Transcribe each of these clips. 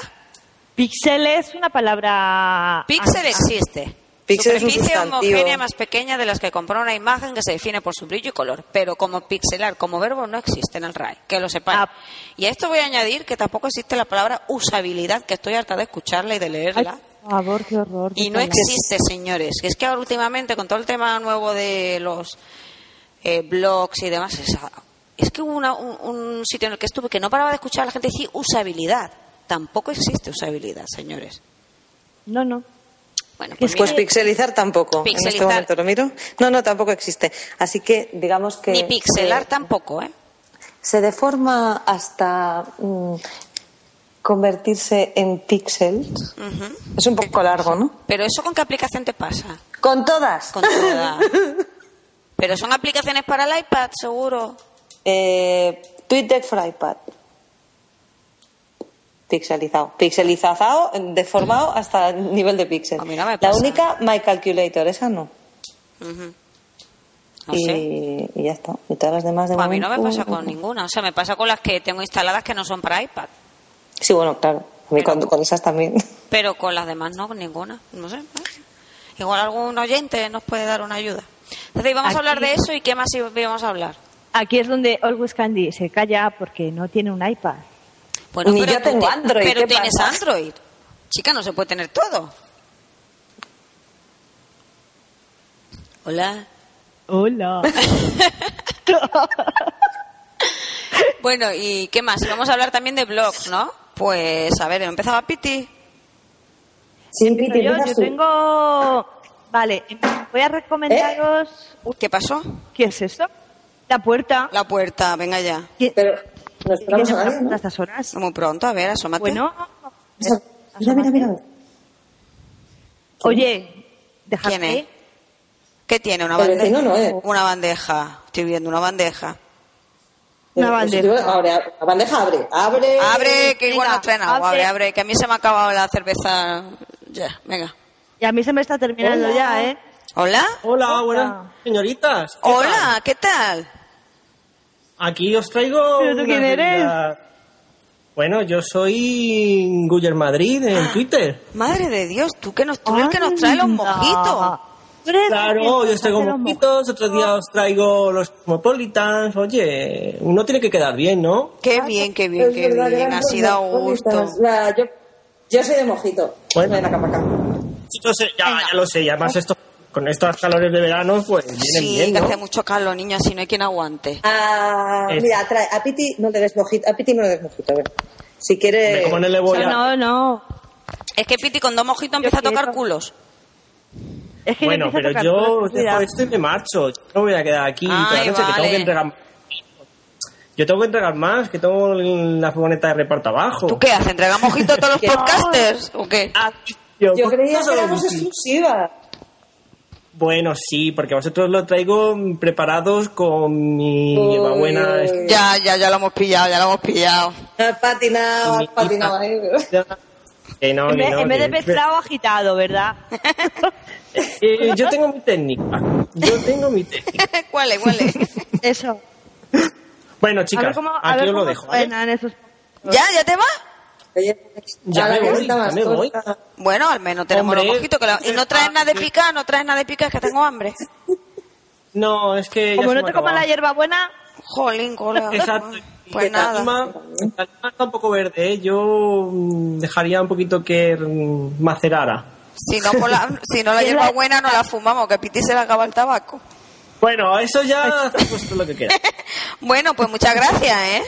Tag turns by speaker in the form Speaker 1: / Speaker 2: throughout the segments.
Speaker 1: Pixel es una palabra.
Speaker 2: Píxel existe.
Speaker 3: Píxel es un
Speaker 2: Superficie
Speaker 3: sustantivo.
Speaker 2: homogénea más pequeña de las que compone una imagen que se define por su brillo y color, pero como pixelar, como verbo, no existe en el RAE, que lo sepan.
Speaker 1: Ah.
Speaker 2: Y a esto voy a añadir que tampoco existe la palabra usabilidad, que estoy harta de escucharla y de
Speaker 1: Ay,
Speaker 2: leerla.
Speaker 1: por favor, qué horror.
Speaker 2: Y no
Speaker 1: qué
Speaker 2: existe, señores. Es que ahora últimamente, con todo el tema nuevo de los eh, blogs y demás, es, es que hubo una- un, un sitio en el que estuve que no paraba de escuchar a la gente decir usabilidad. Tampoco existe usabilidad, señores.
Speaker 1: No, no.
Speaker 2: Bueno,
Speaker 1: Es
Speaker 2: pues,
Speaker 3: Pues
Speaker 2: mira,
Speaker 3: pixelizar tampoco. En este
Speaker 2: Pixelizar.
Speaker 3: momento lo miro. No, no, tampoco existe. Así que digamos que.
Speaker 2: ni pixelar
Speaker 3: que
Speaker 2: tampoco, ¿eh?
Speaker 3: Se deforma hasta mm, convertirse en pixel.
Speaker 2: Ujú.
Speaker 3: Es un poco largo, ¿no?
Speaker 2: Pero eso con qué aplicación te pasa?
Speaker 3: Con todas.
Speaker 2: Con toda. Pero son aplicaciones para el iPad, seguro.
Speaker 3: Eh, TweetDeck for iPad. Pixelizado. Pixelizado, deformado hasta el nivel de pixel.
Speaker 2: A mí no me
Speaker 3: La
Speaker 2: pasa.
Speaker 3: única, My Calculator, esa no.
Speaker 2: Ujú. No
Speaker 3: y,
Speaker 2: sé.
Speaker 3: y ya está. Y todas las demás Eh, de
Speaker 2: ¿Ah, Pues a mí no me
Speaker 3: momento-
Speaker 2: pasa con ninguna. O sea, me pasa con las que tengo instaladas que no son para iPad.
Speaker 3: Sí, bueno, claro. A mí
Speaker 2: Pero-
Speaker 3: con, con esas también.
Speaker 2: Pero con las demás no, ninguna. No sé. ¿eh? Igual algún oyente nos puede dar una ayuda. Entonces íbamos
Speaker 1: Aquí-
Speaker 2: a hablar de eso y qué más íbamos a hablar.
Speaker 1: Aquí es donde Always Candy se calla porque no tiene un iPad.
Speaker 2: Bueno,
Speaker 3: Ni
Speaker 2: pero
Speaker 3: yo
Speaker 2: tú
Speaker 3: tengo
Speaker 2: ti-
Speaker 3: Android,
Speaker 2: Pero
Speaker 3: ¿qué
Speaker 2: tienes
Speaker 3: pasa?
Speaker 2: Android. Chica, no se puede tener todo. Hola.
Speaker 1: Hola.
Speaker 2: Bueno, ¿y qué más? Vamos a hablar también de blogs, ¿no? Pues, a ver, empezaba Piti.
Speaker 3: Siempre
Speaker 1: Bueno, yo, yo tengo. Vale, voy a recomendaros.
Speaker 2: Uy, ¿Qué pasó?
Speaker 1: ¿Qué es esto? La puerta.
Speaker 2: La puerta, venga ya.
Speaker 1: ¿Qui-
Speaker 3: Pero no esperamos
Speaker 1: ¿Quién
Speaker 3: a
Speaker 1: es la
Speaker 3: nadie,
Speaker 1: puerta
Speaker 3: ¿no?
Speaker 1: a estas horas?
Speaker 2: Muy pronto, a ver, asómate.
Speaker 1: Bueno.
Speaker 3: Mira, mira, mira.
Speaker 1: Oye, dejadme.
Speaker 2: ¿Quién es? ¿Qué tiene? ¿Una
Speaker 3: El
Speaker 2: bandeja?
Speaker 3: vecino no es.
Speaker 2: Una bandeja. Estoy viendo una bandeja.
Speaker 1: Una
Speaker 3: Pero si
Speaker 1: bandeja.
Speaker 3: tú- abre, abre. la bandeja abre. Abre.
Speaker 2: Abre, que igual
Speaker 1: Venga,
Speaker 2: no traen agua. Abre,
Speaker 1: abre.
Speaker 2: abre, que a mí se me ha acabado la cerveza. Ya, venga.
Speaker 1: Y a mí se me está terminando
Speaker 3: Hola.
Speaker 1: ya, ¿eh?
Speaker 2: ¿Hola?
Speaker 4: Hola,
Speaker 1: Hola.
Speaker 4: buenas señoritas. ¿Qué
Speaker 2: Hola, ¿qué tal?
Speaker 4: tal? Aquí os traigo.
Speaker 1: ¿Pero tú
Speaker 4: una
Speaker 1: quién eres?
Speaker 4: realidad. Bueno, yo soy Guller Madrid en Twitter.
Speaker 2: Madre de Dios, tú que nos, tú eres el que nos trae los
Speaker 1: Anda.
Speaker 2: mojitos.
Speaker 1: Tú eres el que
Speaker 4: Claro,
Speaker 1: nos
Speaker 4: yo os traigo
Speaker 1: hace Oh. los
Speaker 4: mojitos, otro día os traigo los cosmopolitans. Oye, uno tiene que quedar bien, ¿no?
Speaker 2: Qué bien, qué bien,
Speaker 3: Es
Speaker 2: qué
Speaker 3: verdad,
Speaker 2: bien.
Speaker 3: eran
Speaker 2: Así da gusto.
Speaker 3: cosmopolitas. La- yo, yo soy de mojito.
Speaker 4: Bueno.
Speaker 3: Ven acá, para acá.
Speaker 4: Yo sé, ya, ya lo sé, y además esto, con estos calores de verano, pues vienen
Speaker 2: Sí,
Speaker 4: bien.
Speaker 2: que
Speaker 4: ¿no?
Speaker 2: hace mucho calor, niña, si no hay quien aguante.
Speaker 3: Ah,
Speaker 4: Es-
Speaker 3: mira, trae, a Piti no le des mojito. A Piti no le des mojito. a ver. Si quiere.
Speaker 4: Hombre, ¿cómo no le voy a-
Speaker 1: No, no.
Speaker 2: Es que Piti con dos mojitos empieza a tocar
Speaker 1: quiero.
Speaker 2: culos.
Speaker 1: Es que
Speaker 4: Bueno,
Speaker 1: empieza a
Speaker 4: pero
Speaker 1: tocar
Speaker 4: yo
Speaker 1: todo,
Speaker 4: os dejo
Speaker 1: cuidado.
Speaker 4: esto y me marcho. Yo no voy a quedar aquí toda la
Speaker 2: Ay,
Speaker 4: noche, que tengo
Speaker 2: vale.
Speaker 4: que entregar. Yo tengo que entregar más, que tengo la furgoneta de reparto abajo.
Speaker 2: ¿Tú qué haces? ¿Entregas mojitos a todos los podcasters? ¿O qué?
Speaker 3: Yo creía que
Speaker 4: solo
Speaker 3: éramos
Speaker 4: whisky.
Speaker 3: exclusivas.
Speaker 4: Bueno, sí, porque vosotros lo traigo preparados con mi
Speaker 1: Pues,
Speaker 4: este, buena
Speaker 2: Ya, ya, ya lo hemos pillado, ya lo hemos pillado.
Speaker 3: Has patinado, has patinado ahí.
Speaker 4: Que no,
Speaker 1: ¿eh?
Speaker 4: que
Speaker 1: En vez,
Speaker 4: no,
Speaker 1: en vez de
Speaker 4: que-
Speaker 1: pescado agitado, ¿verdad?
Speaker 4: Eh, yo tengo mi técnica. Yo tengo mi técnica.
Speaker 2: ¿Cuál es? ¿Cuál es?
Speaker 1: Eso.
Speaker 4: Bueno,
Speaker 1: a
Speaker 4: chicas,
Speaker 1: ver cómo, a
Speaker 4: aquí
Speaker 1: ver
Speaker 4: os lo
Speaker 1: cómo
Speaker 4: dejo. ¿vale?
Speaker 1: suenan esos...
Speaker 2: ¿Ya? ¿Ya te va?
Speaker 3: Oye,
Speaker 4: Ya
Speaker 3: a la
Speaker 4: me voy,
Speaker 3: casita
Speaker 4: ya
Speaker 3: más
Speaker 4: me voy.
Speaker 3: corta.
Speaker 2: Bueno, al menos tenemos
Speaker 4: Hombre.
Speaker 2: los mojitos. Que la- Y no traes nada de picar, no traes nada de picar, es que tengo hambre.
Speaker 4: No, es que. ya
Speaker 1: Como
Speaker 4: se
Speaker 1: no
Speaker 4: me ha
Speaker 1: te comas la
Speaker 4: acabado.
Speaker 1: hierbabuena,
Speaker 2: Jolín, colega.
Speaker 4: Exacto.
Speaker 2: Pues nada.
Speaker 4: Calima, calima está un poco verde, ¿eh? Yo mm, dejaría un poquito que mm, macerara.
Speaker 2: Si no, por la, si no la hierba buena, no la fumamos, que a Piti se le acaba el tabaco.
Speaker 4: Bueno, eso ya hacéis vosotros lo que queda.
Speaker 2: Bueno, pues muchas gracias, ¿eh?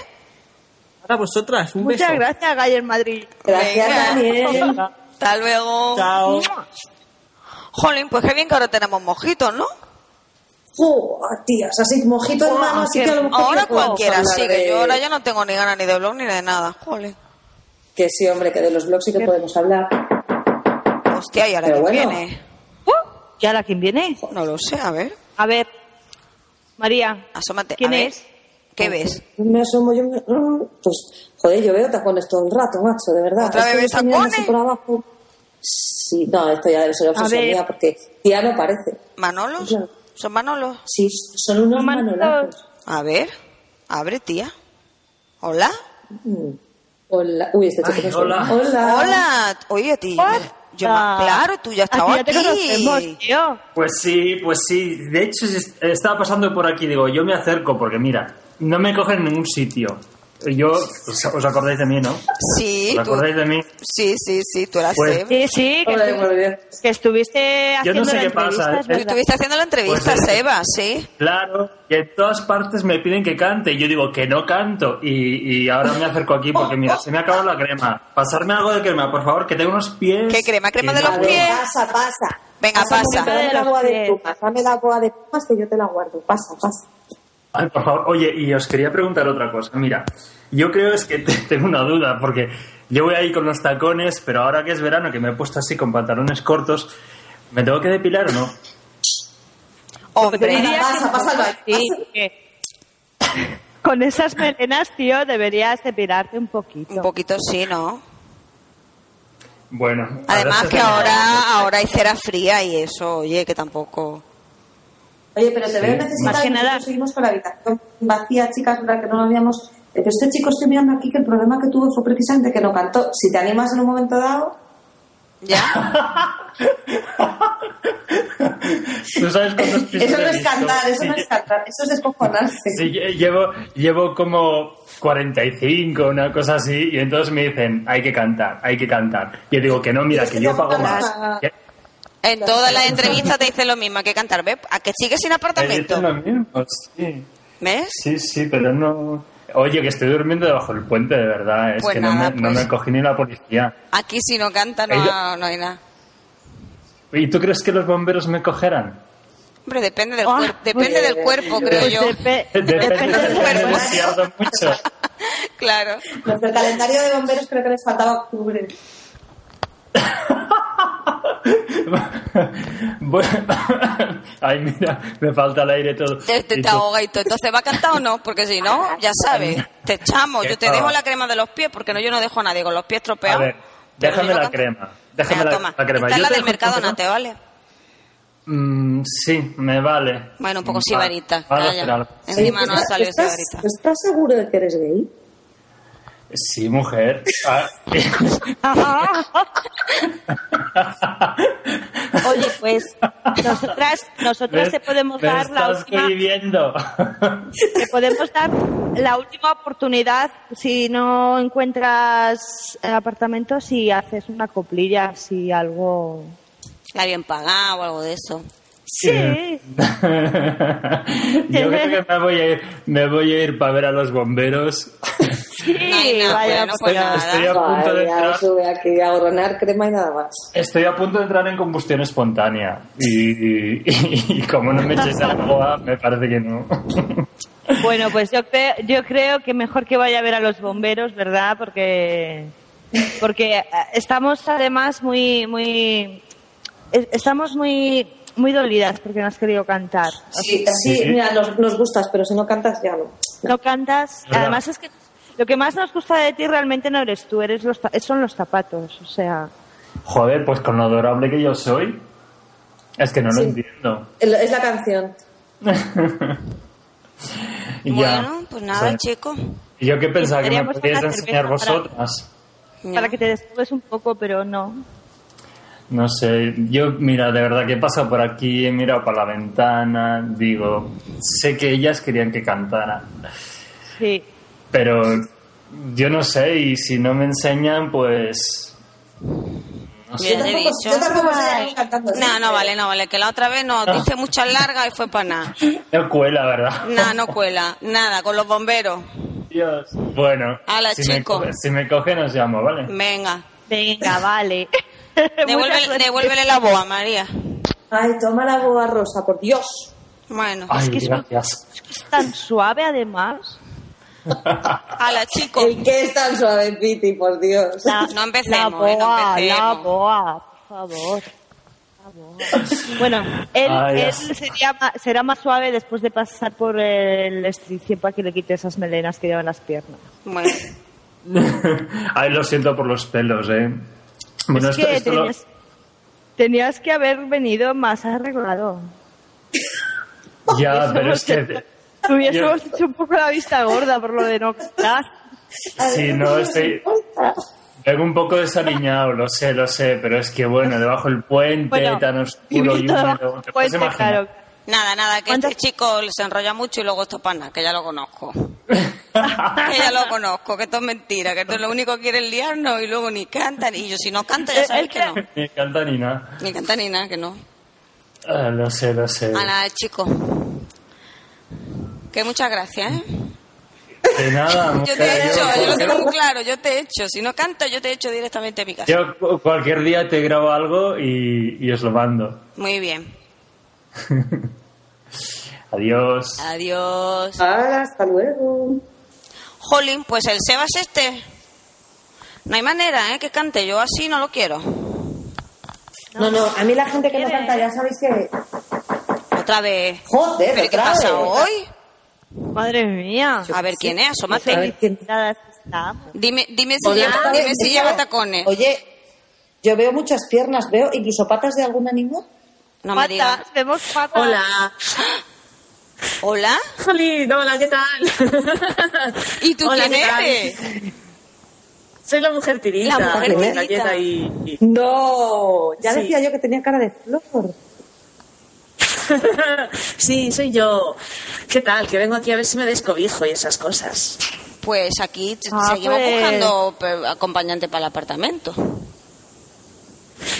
Speaker 4: Ahora vosotras, un
Speaker 1: muchas
Speaker 4: beso.
Speaker 1: gracias, Gayer Madrid.
Speaker 3: Gracias,
Speaker 2: Venga.
Speaker 3: Daniel.
Speaker 2: Hasta luego.
Speaker 4: Chao.
Speaker 2: Jolín, pues qué bien que ahora tenemos mojitos, ¿no?
Speaker 3: Joder, tías, así mojito en mano, así que a lo mejor
Speaker 2: Ahora
Speaker 3: no podemos
Speaker 2: cualquiera,
Speaker 3: hablar
Speaker 2: sí, que
Speaker 3: de-
Speaker 2: yo ahora ya no tengo ni ganas ni de blog ni de nada. Jolín.
Speaker 3: Que sí, hombre, que de los blogs sí que podemos hablar.
Speaker 2: Hostia, ¿y ahora
Speaker 3: Pero
Speaker 2: quién
Speaker 3: bueno.
Speaker 2: viene?
Speaker 1: Uh, ¿Y ahora quién viene?
Speaker 2: No lo sé, a ver.
Speaker 1: A ver, María,
Speaker 2: Asómate.
Speaker 1: ¿quién
Speaker 2: a ver,
Speaker 1: es?
Speaker 2: ¿Qué ves?
Speaker 3: Yo Me asomo, yo me... mm, Pues, joder, yo veo tacones todo el rato, macho, de verdad.
Speaker 2: ¿Otra vez
Speaker 3: Estoy
Speaker 2: ves
Speaker 3: soñando
Speaker 2: tacones?
Speaker 3: así por abajo. Sí, no, esto ya debe ser obsesión
Speaker 1: ver.
Speaker 3: mía, porque tía no parece.
Speaker 2: ¿Manolos?
Speaker 3: Ya.
Speaker 2: ¿Son manolos?
Speaker 3: Sí, son unos
Speaker 1: Son
Speaker 3: pues,
Speaker 1: manitos.
Speaker 3: manolazos.
Speaker 2: A ver, abre, tía. ¿Hola?
Speaker 3: Mm. Hola. Uy, este chico
Speaker 4: Ay,
Speaker 3: no
Speaker 4: hola.
Speaker 3: está- Hola.
Speaker 2: Hola, oye a ti. Yo, ma- claro, tú ya
Speaker 1: Ah, A ti
Speaker 2: estabas
Speaker 1: ya te conocemos,
Speaker 2: aquí.
Speaker 1: tío.
Speaker 5: Pues sí, pues sí. De hecho, es- estaba pasando por aquí. Digo, yo me acerco porque, mira, no me cogen en ningún sitio. Yo, os, os acordáis de mí, ¿no?
Speaker 2: Sí, pues.
Speaker 5: ¿Os
Speaker 2: tú,
Speaker 5: acordáis de mí?
Speaker 2: sí, sí, sí, tú eras
Speaker 5: Pues-
Speaker 2: Seb.
Speaker 1: Sí, sí, que,
Speaker 3: Hola,
Speaker 1: estu-
Speaker 3: buenos días.
Speaker 1: que estuviste haciendo
Speaker 5: Yo no sé
Speaker 1: la
Speaker 5: qué pasa,
Speaker 1: entrevista, es
Speaker 5: ¿eh?
Speaker 2: Tú
Speaker 1: verdad.
Speaker 2: estuviste haciendo la entrevista,
Speaker 5: Pues-
Speaker 2: Seba, sí.
Speaker 5: Claro, que en todas partes me piden que cante. y Yo digo que no canto. Y, y ahora me acerco aquí porque, mira, se me acabó la crema. Pasarme algo de crema, por favor, que tengo unos pies.
Speaker 2: ¿Qué crema? ¿Crema
Speaker 5: que
Speaker 2: de los
Speaker 5: no-
Speaker 3: A ver,
Speaker 2: pies?
Speaker 3: Pasa, pasa.
Speaker 2: Venga,
Speaker 3: un
Speaker 2: pasa.
Speaker 3: momento, Dame la boa de
Speaker 1: Bien.
Speaker 3: plumas, dame la boa de plumas que yo te la guardo. Pasa, pasa.
Speaker 5: Ay, por favor. Oye, y os quería preguntar otra cosa. Mira, yo creo es que te- tengo una duda, porque yo voy ahí con los tacones, pero ahora que es verano, que me he puesto así con pantalones cortos, ¿me tengo que depilar o no?
Speaker 2: Hombre,
Speaker 1: Pues, Diría
Speaker 3: Pasa,
Speaker 1: que-
Speaker 3: pasa al baño,
Speaker 1: sí,
Speaker 3: pasa.
Speaker 1: que- Con esas melenas, tío, deberías depilarte un poquito.
Speaker 2: un poquito sí, ¿no?
Speaker 5: Bueno.
Speaker 2: Además
Speaker 5: se
Speaker 2: que
Speaker 5: me-
Speaker 2: ahora, ahora hay cera fría y eso, oye, que tampoco...
Speaker 3: Oye, pero te veo necesitada.
Speaker 1: Más que
Speaker 3: y nosotros
Speaker 1: nada.
Speaker 3: Seguimos con la habitación vacía, chicas, ¿verdad? Que no lo habíamos. Eh, Pero este chico estoy mirando aquí que el problema que tuvo fue precisamente que no cantó. Si te animas en un momento dado.
Speaker 2: ¿Ya?
Speaker 5: Tú sabes cuántos pies
Speaker 3: Eso no
Speaker 5: he
Speaker 3: es
Speaker 5: visto.
Speaker 3: cantar, eso
Speaker 5: Sí,
Speaker 3: no es cantar, eso es descojonarse.
Speaker 5: Sí, lle- llevo, llevo como 45, una cosa así, y entonces me dicen, hay que cantar, hay que cantar. Y yo digo que no, mira,
Speaker 3: Pero es
Speaker 5: que
Speaker 3: que
Speaker 5: yo
Speaker 3: te
Speaker 5: pago
Speaker 3: aguantas
Speaker 5: más.
Speaker 3: la-
Speaker 5: Que-
Speaker 2: En todas las entrevistas te dicen lo mismo, hay que cantar, ¿ves? A que sigues sin
Speaker 5: me
Speaker 2: apartamento,
Speaker 5: dicen lo mismo, sí.
Speaker 2: ¿ves?
Speaker 5: Sí, sí, pero no... Oye, que estoy durmiendo debajo del puente, de verdad. ¿eh? Es
Speaker 2: Pues
Speaker 5: que
Speaker 2: nada,
Speaker 5: no, me, no
Speaker 2: pues.
Speaker 5: me cogí ni la policía.
Speaker 2: Aquí si no canta no, ha- no hay nada.
Speaker 5: ¿Y tú crees que los bomberos me cogerán?
Speaker 2: Hombre, depende del,
Speaker 1: Ah,
Speaker 2: cuerpo, depende del cuerpo, creo
Speaker 1: Pues
Speaker 2: yo.
Speaker 1: depe-
Speaker 5: Depende
Speaker 2: del
Speaker 5: de
Speaker 2: cuerpo.
Speaker 5: demasiado mucho.
Speaker 2: Claro.
Speaker 3: Los del calendario de bomberos creo que les faltaba octubre.
Speaker 5: Bueno, Ay, mira, me falta el aire todo.
Speaker 2: Te, te-
Speaker 5: Y tú-
Speaker 2: te ahoga y todo. Entonces, ¿va a cantar o no? Porque si no, ya sabes, te echamos. Yo te dejo la crema de los pies, porque no yo no dejo a nadie con los pies
Speaker 5: A
Speaker 2: tropeados.
Speaker 5: ver,
Speaker 2: Pero si
Speaker 5: déjame
Speaker 2: no
Speaker 5: la
Speaker 2: canta-
Speaker 5: crema. Déjame
Speaker 2: Venga,
Speaker 5: la,
Speaker 2: toma.
Speaker 5: la crema.
Speaker 2: Esta es
Speaker 5: Yo
Speaker 2: la
Speaker 5: te
Speaker 2: del
Speaker 5: dejo
Speaker 2: mercado,
Speaker 5: todo.
Speaker 2: no te vale.
Speaker 5: Mm, sí, me vale.
Speaker 2: Bueno, un poco
Speaker 5: Va-
Speaker 2: sibarita.
Speaker 5: va a
Speaker 2: calla.
Speaker 5: hacer algo.
Speaker 2: Encima no ha
Speaker 3: ¿Estás-
Speaker 2: salido
Speaker 3: estás-
Speaker 2: sibarita.
Speaker 3: ¿Estás seguro de que eres gay?
Speaker 5: Sí, mujer. Ah,
Speaker 1: Oye, pues nosotras, nosotras
Speaker 5: me-
Speaker 1: te podemos
Speaker 5: me
Speaker 1: dar la
Speaker 5: estás
Speaker 1: última,
Speaker 5: cohibiendo.
Speaker 1: te podemos dar la última oportunidad si no encuentras eh, apartamento, si haces una coplilla, si algo.
Speaker 2: Está bien pagado o algo de eso.
Speaker 1: Sí.
Speaker 5: Yo creo que me voy a ir, me voy a ir para ver a los bomberos.
Speaker 1: Sí,
Speaker 2: Ay, no,
Speaker 1: vaya,
Speaker 2: bueno, pues
Speaker 1: pues ya.
Speaker 2: nada.
Speaker 5: Estoy a punto de
Speaker 3: Vaya,
Speaker 5: entrar.
Speaker 3: sube aquí a gorronar crema y nada más.
Speaker 5: Estoy a punto de entrar en combustión espontánea y, y- y como no me eches agua, me parece que no.
Speaker 1: Bueno, pues yo creo, yo creo que mejor que vaya a ver a los bomberos, ¿verdad? Porque porque eh, estamos además muy muy es- estamos muy muy dolidas porque no has querido cantar.
Speaker 3: Sí, sí,
Speaker 5: Sí.
Speaker 3: mira, nos, nos gustas, pero si no cantas ya no.
Speaker 1: No cantas,
Speaker 5: Verdad.
Speaker 1: además es que lo que más nos gusta de ti realmente no eres tú, eres los ta- son los zapatos, o sea,
Speaker 5: Joder, pues con lo adorable que yo soy, es que no lo
Speaker 3: Sí.
Speaker 5: entiendo.
Speaker 3: El- Es la canción.
Speaker 5: Y ya.
Speaker 2: Bueno, pues nada,
Speaker 5: O sea,
Speaker 2: chico.
Speaker 5: Yo que pensaba que me
Speaker 1: Queríamos
Speaker 5: podíais
Speaker 1: una
Speaker 5: enseñar
Speaker 1: cerveza para-
Speaker 5: vosotras.
Speaker 2: Ya.
Speaker 1: para que te descubres un poco, pero no.
Speaker 5: No sé, yo, mira, de verdad que he pasado por aquí, he mirado para la ventana, digo, sé que ellas querían que cantara,
Speaker 1: Sí.
Speaker 5: pero yo no sé, y si no me enseñan, pues... No
Speaker 2: Ya
Speaker 5: sé.
Speaker 2: te he
Speaker 3: tampoco-
Speaker 2: dicho.
Speaker 3: yo tampoco sé cantando, sí,
Speaker 2: No,
Speaker 3: pero-
Speaker 2: no vale, no vale. Que la otra vez
Speaker 5: Ah.
Speaker 2: nos diste muchas largas y fue para nada.
Speaker 5: No cuela, ¿verdad?
Speaker 2: Nada, no cuela. Nada, con los bomberos.
Speaker 5: Dios. Bueno,
Speaker 2: Ala,
Speaker 5: si, Me
Speaker 2: chico.
Speaker 5: coge, si me coge, nos llamo, ¿vale?
Speaker 2: Venga.
Speaker 1: Venga, vale. Mucha
Speaker 2: Devuélvele,
Speaker 1: suerte.
Speaker 2: devuélvele la boa, María.
Speaker 3: Ay, toma la boa rosa, por Dios.
Speaker 2: Bueno.
Speaker 5: Ay,
Speaker 1: que es-
Speaker 5: gracias.
Speaker 1: Es tan suave además.
Speaker 2: Hala, chico.
Speaker 3: ¿En qué es tan suave, Piti, por Dios?
Speaker 2: No empecemos,
Speaker 1: la boa,
Speaker 2: eh, no empecemos.
Speaker 1: La boa, por favor. La boa. Bueno, él,
Speaker 5: Ay,
Speaker 1: él
Speaker 5: Dios.
Speaker 1: sería ma- será más suave después de pasar por el estrición para que le quite esas melenas que llevan las piernas.
Speaker 2: Bueno.
Speaker 5: Ay, lo siento por los pelos, ¿eh? Bueno,
Speaker 1: es
Speaker 5: esto,
Speaker 1: que
Speaker 5: esto lo-
Speaker 1: tenías, tenías que haber venido más arreglado.
Speaker 5: Ya, pero es que...
Speaker 1: Tuviésemos hecho un poco la vista gorda por lo de no cantar.
Speaker 5: Sí, no, estoy. Tengo un poco desaliñado, lo sé, lo sé, pero es que bueno, debajo del puente
Speaker 1: Bueno,
Speaker 5: tan oscuro y
Speaker 1: viviendo debajo
Speaker 5: húmedo.
Speaker 1: del
Speaker 5: ¿Te puedes
Speaker 1: puente,
Speaker 5: imaginar?
Speaker 1: claro.
Speaker 2: Nada, nada, que
Speaker 1: ¿Cuántas-
Speaker 2: este chico se enrolla mucho y luego esto pana, que ya lo conozco. que ya lo conozco, que esto es mentira, que esto es lo único que quieren liarnos y luego ni cantan. Y yo, si no canta, ya
Speaker 1: Eh,
Speaker 2: sabes
Speaker 1: es
Speaker 2: que
Speaker 1: que-
Speaker 2: no.
Speaker 5: Ni canta ni nada.
Speaker 2: Ni canta ni nada, que no.
Speaker 5: Ah, lo sé, lo sé.
Speaker 2: A nada, chico. Que muchas gracias, ¿eh?
Speaker 5: De nada,
Speaker 2: Yo
Speaker 5: mujer,
Speaker 2: te he hecho, yo lo
Speaker 5: cualquier-
Speaker 2: tengo muy claro, yo te he hecho. Si no canta, yo te he hecho directamente a mi casa.
Speaker 5: yo cu- cualquier día te grabo algo y, y os lo mando.
Speaker 2: Muy bien.
Speaker 5: Adiós.
Speaker 2: Adiós.
Speaker 3: Hala, hasta luego.
Speaker 2: Jolín, pues el Sebas este. No hay manera, ¿eh? Que cante. Yo así no lo quiero.
Speaker 3: No, no, a mí la gente que no
Speaker 1: ¿Quiere?
Speaker 3: canta, ya sabéis que.
Speaker 2: Otra vez.
Speaker 3: Joder,
Speaker 2: ¿Pero qué
Speaker 3: otra vez.
Speaker 2: pasa hoy?
Speaker 1: Madre mía.
Speaker 2: A ver, ¿quién es?
Speaker 3: A
Speaker 2: Asómate.
Speaker 3: ver quién-
Speaker 1: Nada, estamos.
Speaker 2: Dime, dime si
Speaker 3: Hola,
Speaker 2: lleva,
Speaker 3: ¿qué
Speaker 2: dime
Speaker 3: tal?
Speaker 2: si lleva tacones.
Speaker 3: Oye, yo veo muchas piernas, veo incluso patas de algún animal.
Speaker 2: No me digas.
Speaker 1: Patas, vemos patas.
Speaker 6: Hola.
Speaker 2: ¿Hola?
Speaker 6: Jolín, hola, ¿qué tal?
Speaker 2: ¿Y tú
Speaker 6: Hola,
Speaker 2: quién
Speaker 6: ¿qué tal?
Speaker 2: eres?
Speaker 6: Soy la mujer tirita.
Speaker 2: La mujer
Speaker 6: con
Speaker 2: tirita.
Speaker 6: galleta y- y-
Speaker 3: No, ya
Speaker 6: Sí.
Speaker 3: decía yo que tenía cara de flor.
Speaker 6: sí, soy yo. ¿Qué tal? Que vengo aquí a ver si me descobijo y esas cosas.
Speaker 2: Pues aquí t-
Speaker 1: Ah,
Speaker 2: seguimos
Speaker 1: pues.
Speaker 2: buscando pe- acompañante para el apartamento.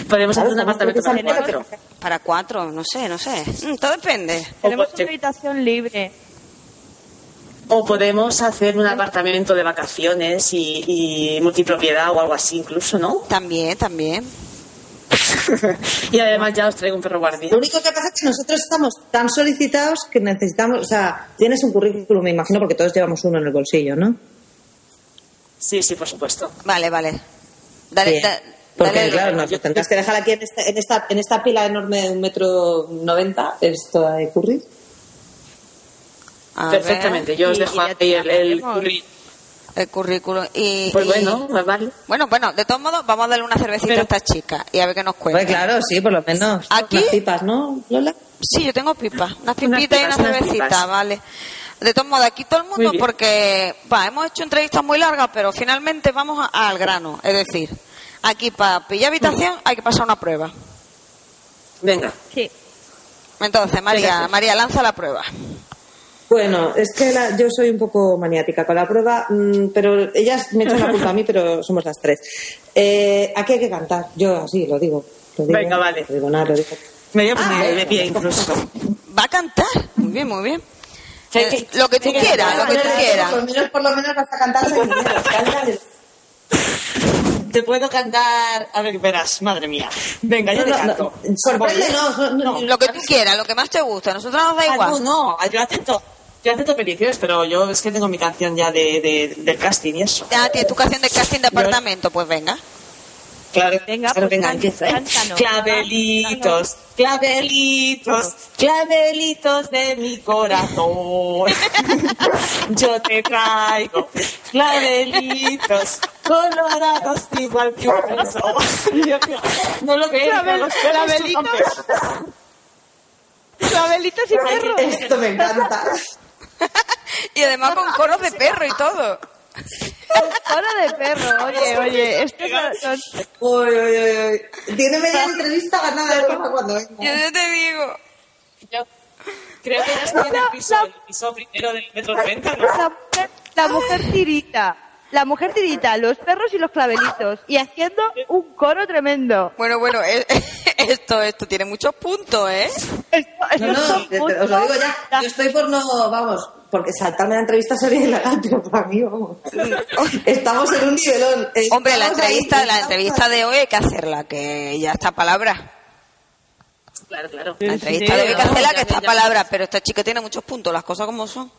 Speaker 6: Podemos hacer un
Speaker 3: Claro,
Speaker 6: apartamento para
Speaker 3: estamos
Speaker 6: cuatro.
Speaker 2: Para cuatro, no sé, no sé. Mm, Todo depende.
Speaker 1: Tenemos
Speaker 6: Ojo,
Speaker 1: una
Speaker 6: che-
Speaker 1: habitación libre.
Speaker 6: O podemos hacer un apartamento de vacaciones y, y multipropiedad o algo así incluso, ¿no?
Speaker 2: También, también.
Speaker 6: y además ya os traigo un perro guardián.
Speaker 3: Lo único que pasa es que nosotros estamos tan solicitados que necesitamos, o sea, tienes un currículum, me imagino, porque todos llevamos uno en el bolsillo, ¿no?
Speaker 6: Sí, sí, por supuesto.
Speaker 2: Vale, vale. Dale,
Speaker 3: Bien.
Speaker 2: da-
Speaker 3: Porque,
Speaker 2: dale-
Speaker 3: claro, no, pues tendrás que dejar aquí en esta, en esta, en esta pila enorme de un metro noventa esto de curry.
Speaker 2: A ver,
Speaker 6: Perfectamente, yo os
Speaker 1: y- y
Speaker 6: dejo
Speaker 1: ya
Speaker 6: ahí el, el
Speaker 1: tiraremos.
Speaker 6: curry.
Speaker 2: el currículum. Y,
Speaker 6: Pues
Speaker 2: y-
Speaker 6: bueno, vale.
Speaker 2: Bueno, bueno, de todos modos, vamos a darle una cervecita
Speaker 6: Pero-
Speaker 2: a esta chica y a ver qué nos cuenta.
Speaker 3: Pues claro, sí, por lo menos.
Speaker 2: ¿Aquí?
Speaker 3: Las pipas, ¿no, Lola?
Speaker 2: Sí, yo tengo pipa, unas
Speaker 6: Unas
Speaker 2: pipitas y
Speaker 6: pipas,
Speaker 2: una
Speaker 6: unas
Speaker 2: cervecita,
Speaker 6: pipas.
Speaker 2: vale. De todos modos, aquí todo el mundo,
Speaker 6: bien.
Speaker 2: porque va, hemos hecho entrevistas muy largas, pero finalmente vamos a- al grano. Es decir, aquí para pillar habitación hay que pasar una prueba.
Speaker 6: Venga.
Speaker 1: Sí.
Speaker 2: Entonces, María, María, lanza la prueba.
Speaker 3: Bueno, es que la- yo soy un poco maniática con la prueba, mm, pero ellas me echan la culpa a mí, pero somos las tres. Eh, aquí hay que cantar, yo así lo digo. lo digo,
Speaker 6: Venga, vale.
Speaker 3: Lo digo nada, lo digo.
Speaker 6: Me voy a poner
Speaker 3: Ah,
Speaker 6: de pie incluso.
Speaker 2: ¿Va a cantar? Muy bien, muy bien.
Speaker 6: Sí,
Speaker 2: Eh,
Speaker 6: sí.
Speaker 2: lo que tú quieras, lo que tú quieras.
Speaker 3: Por lo menos, por lo menos vas a cantar de dinero, canta de-
Speaker 6: Te puedo cantar. A ver, verás, madre mía. Venga, yo
Speaker 3: No,
Speaker 6: te
Speaker 3: no,
Speaker 6: canto.
Speaker 3: no, sorpréndenos, no, no,
Speaker 2: Lo que tú quieras, lo que más te gusta. A nosotros nos da
Speaker 6: Ah,
Speaker 2: igual.
Speaker 6: no, no, yo atento. Yo atento peticiones, pero yo es que tengo mi canción ya de, de- del casting y eso.
Speaker 2: Ah, tienes tu canción de casting de apartamento, pues venga.
Speaker 6: Claro,
Speaker 1: Venga,
Speaker 6: claro,
Speaker 1: pues
Speaker 6: venga,
Speaker 1: can-
Speaker 6: empieza, ¿eh?
Speaker 1: cántanos.
Speaker 6: Clavelitos, clavelitos, clavelitos de mi corazón. Yo te traigo clavelitos colorados igual que un beso. Dios mío, No lo veis, no lo
Speaker 1: Clavel-
Speaker 6: veis,
Speaker 1: clavelitos. Clavelitos y perros.
Speaker 3: Esto me encanta.
Speaker 2: Y además con coros de perro y todo.
Speaker 1: Hora de perro. Oye, oye. Esto no- no-
Speaker 3: Uy, uy, uy, uy. Tiene media entrevista ganada de Rafa cuando
Speaker 2: Yo
Speaker 3: venga.
Speaker 2: ya te digo.
Speaker 6: Yo creo que ya estoy en el piso, el piso primero del metro 90, ¿no?
Speaker 1: la, mujer, la mujer tirita. La mujer tirita, los perros y los clavelitos. Y haciendo un coro tremendo.
Speaker 2: Bueno, bueno, eh, esto, esto tiene muchos puntos, ¿eh?
Speaker 1: Esto, esto
Speaker 3: No, no,
Speaker 1: son
Speaker 3: te- te- os lo digo ya.
Speaker 1: puntos-
Speaker 3: Yo estoy por no, vamos, porque saltarme la entrevista sería ilegal, pero para mí, vamos. Estamos en un nivelón. Estamos
Speaker 2: Hombre, la
Speaker 3: ahí,
Speaker 2: entrevista, la
Speaker 3: estamos-
Speaker 2: entrevista de hoy hay que hacerla, que ya está palabra.
Speaker 6: Claro, claro.
Speaker 2: La entrevista de hoy hay que hacerla, que está palabra, pero esta chica tiene muchos puntos, las cosas como son.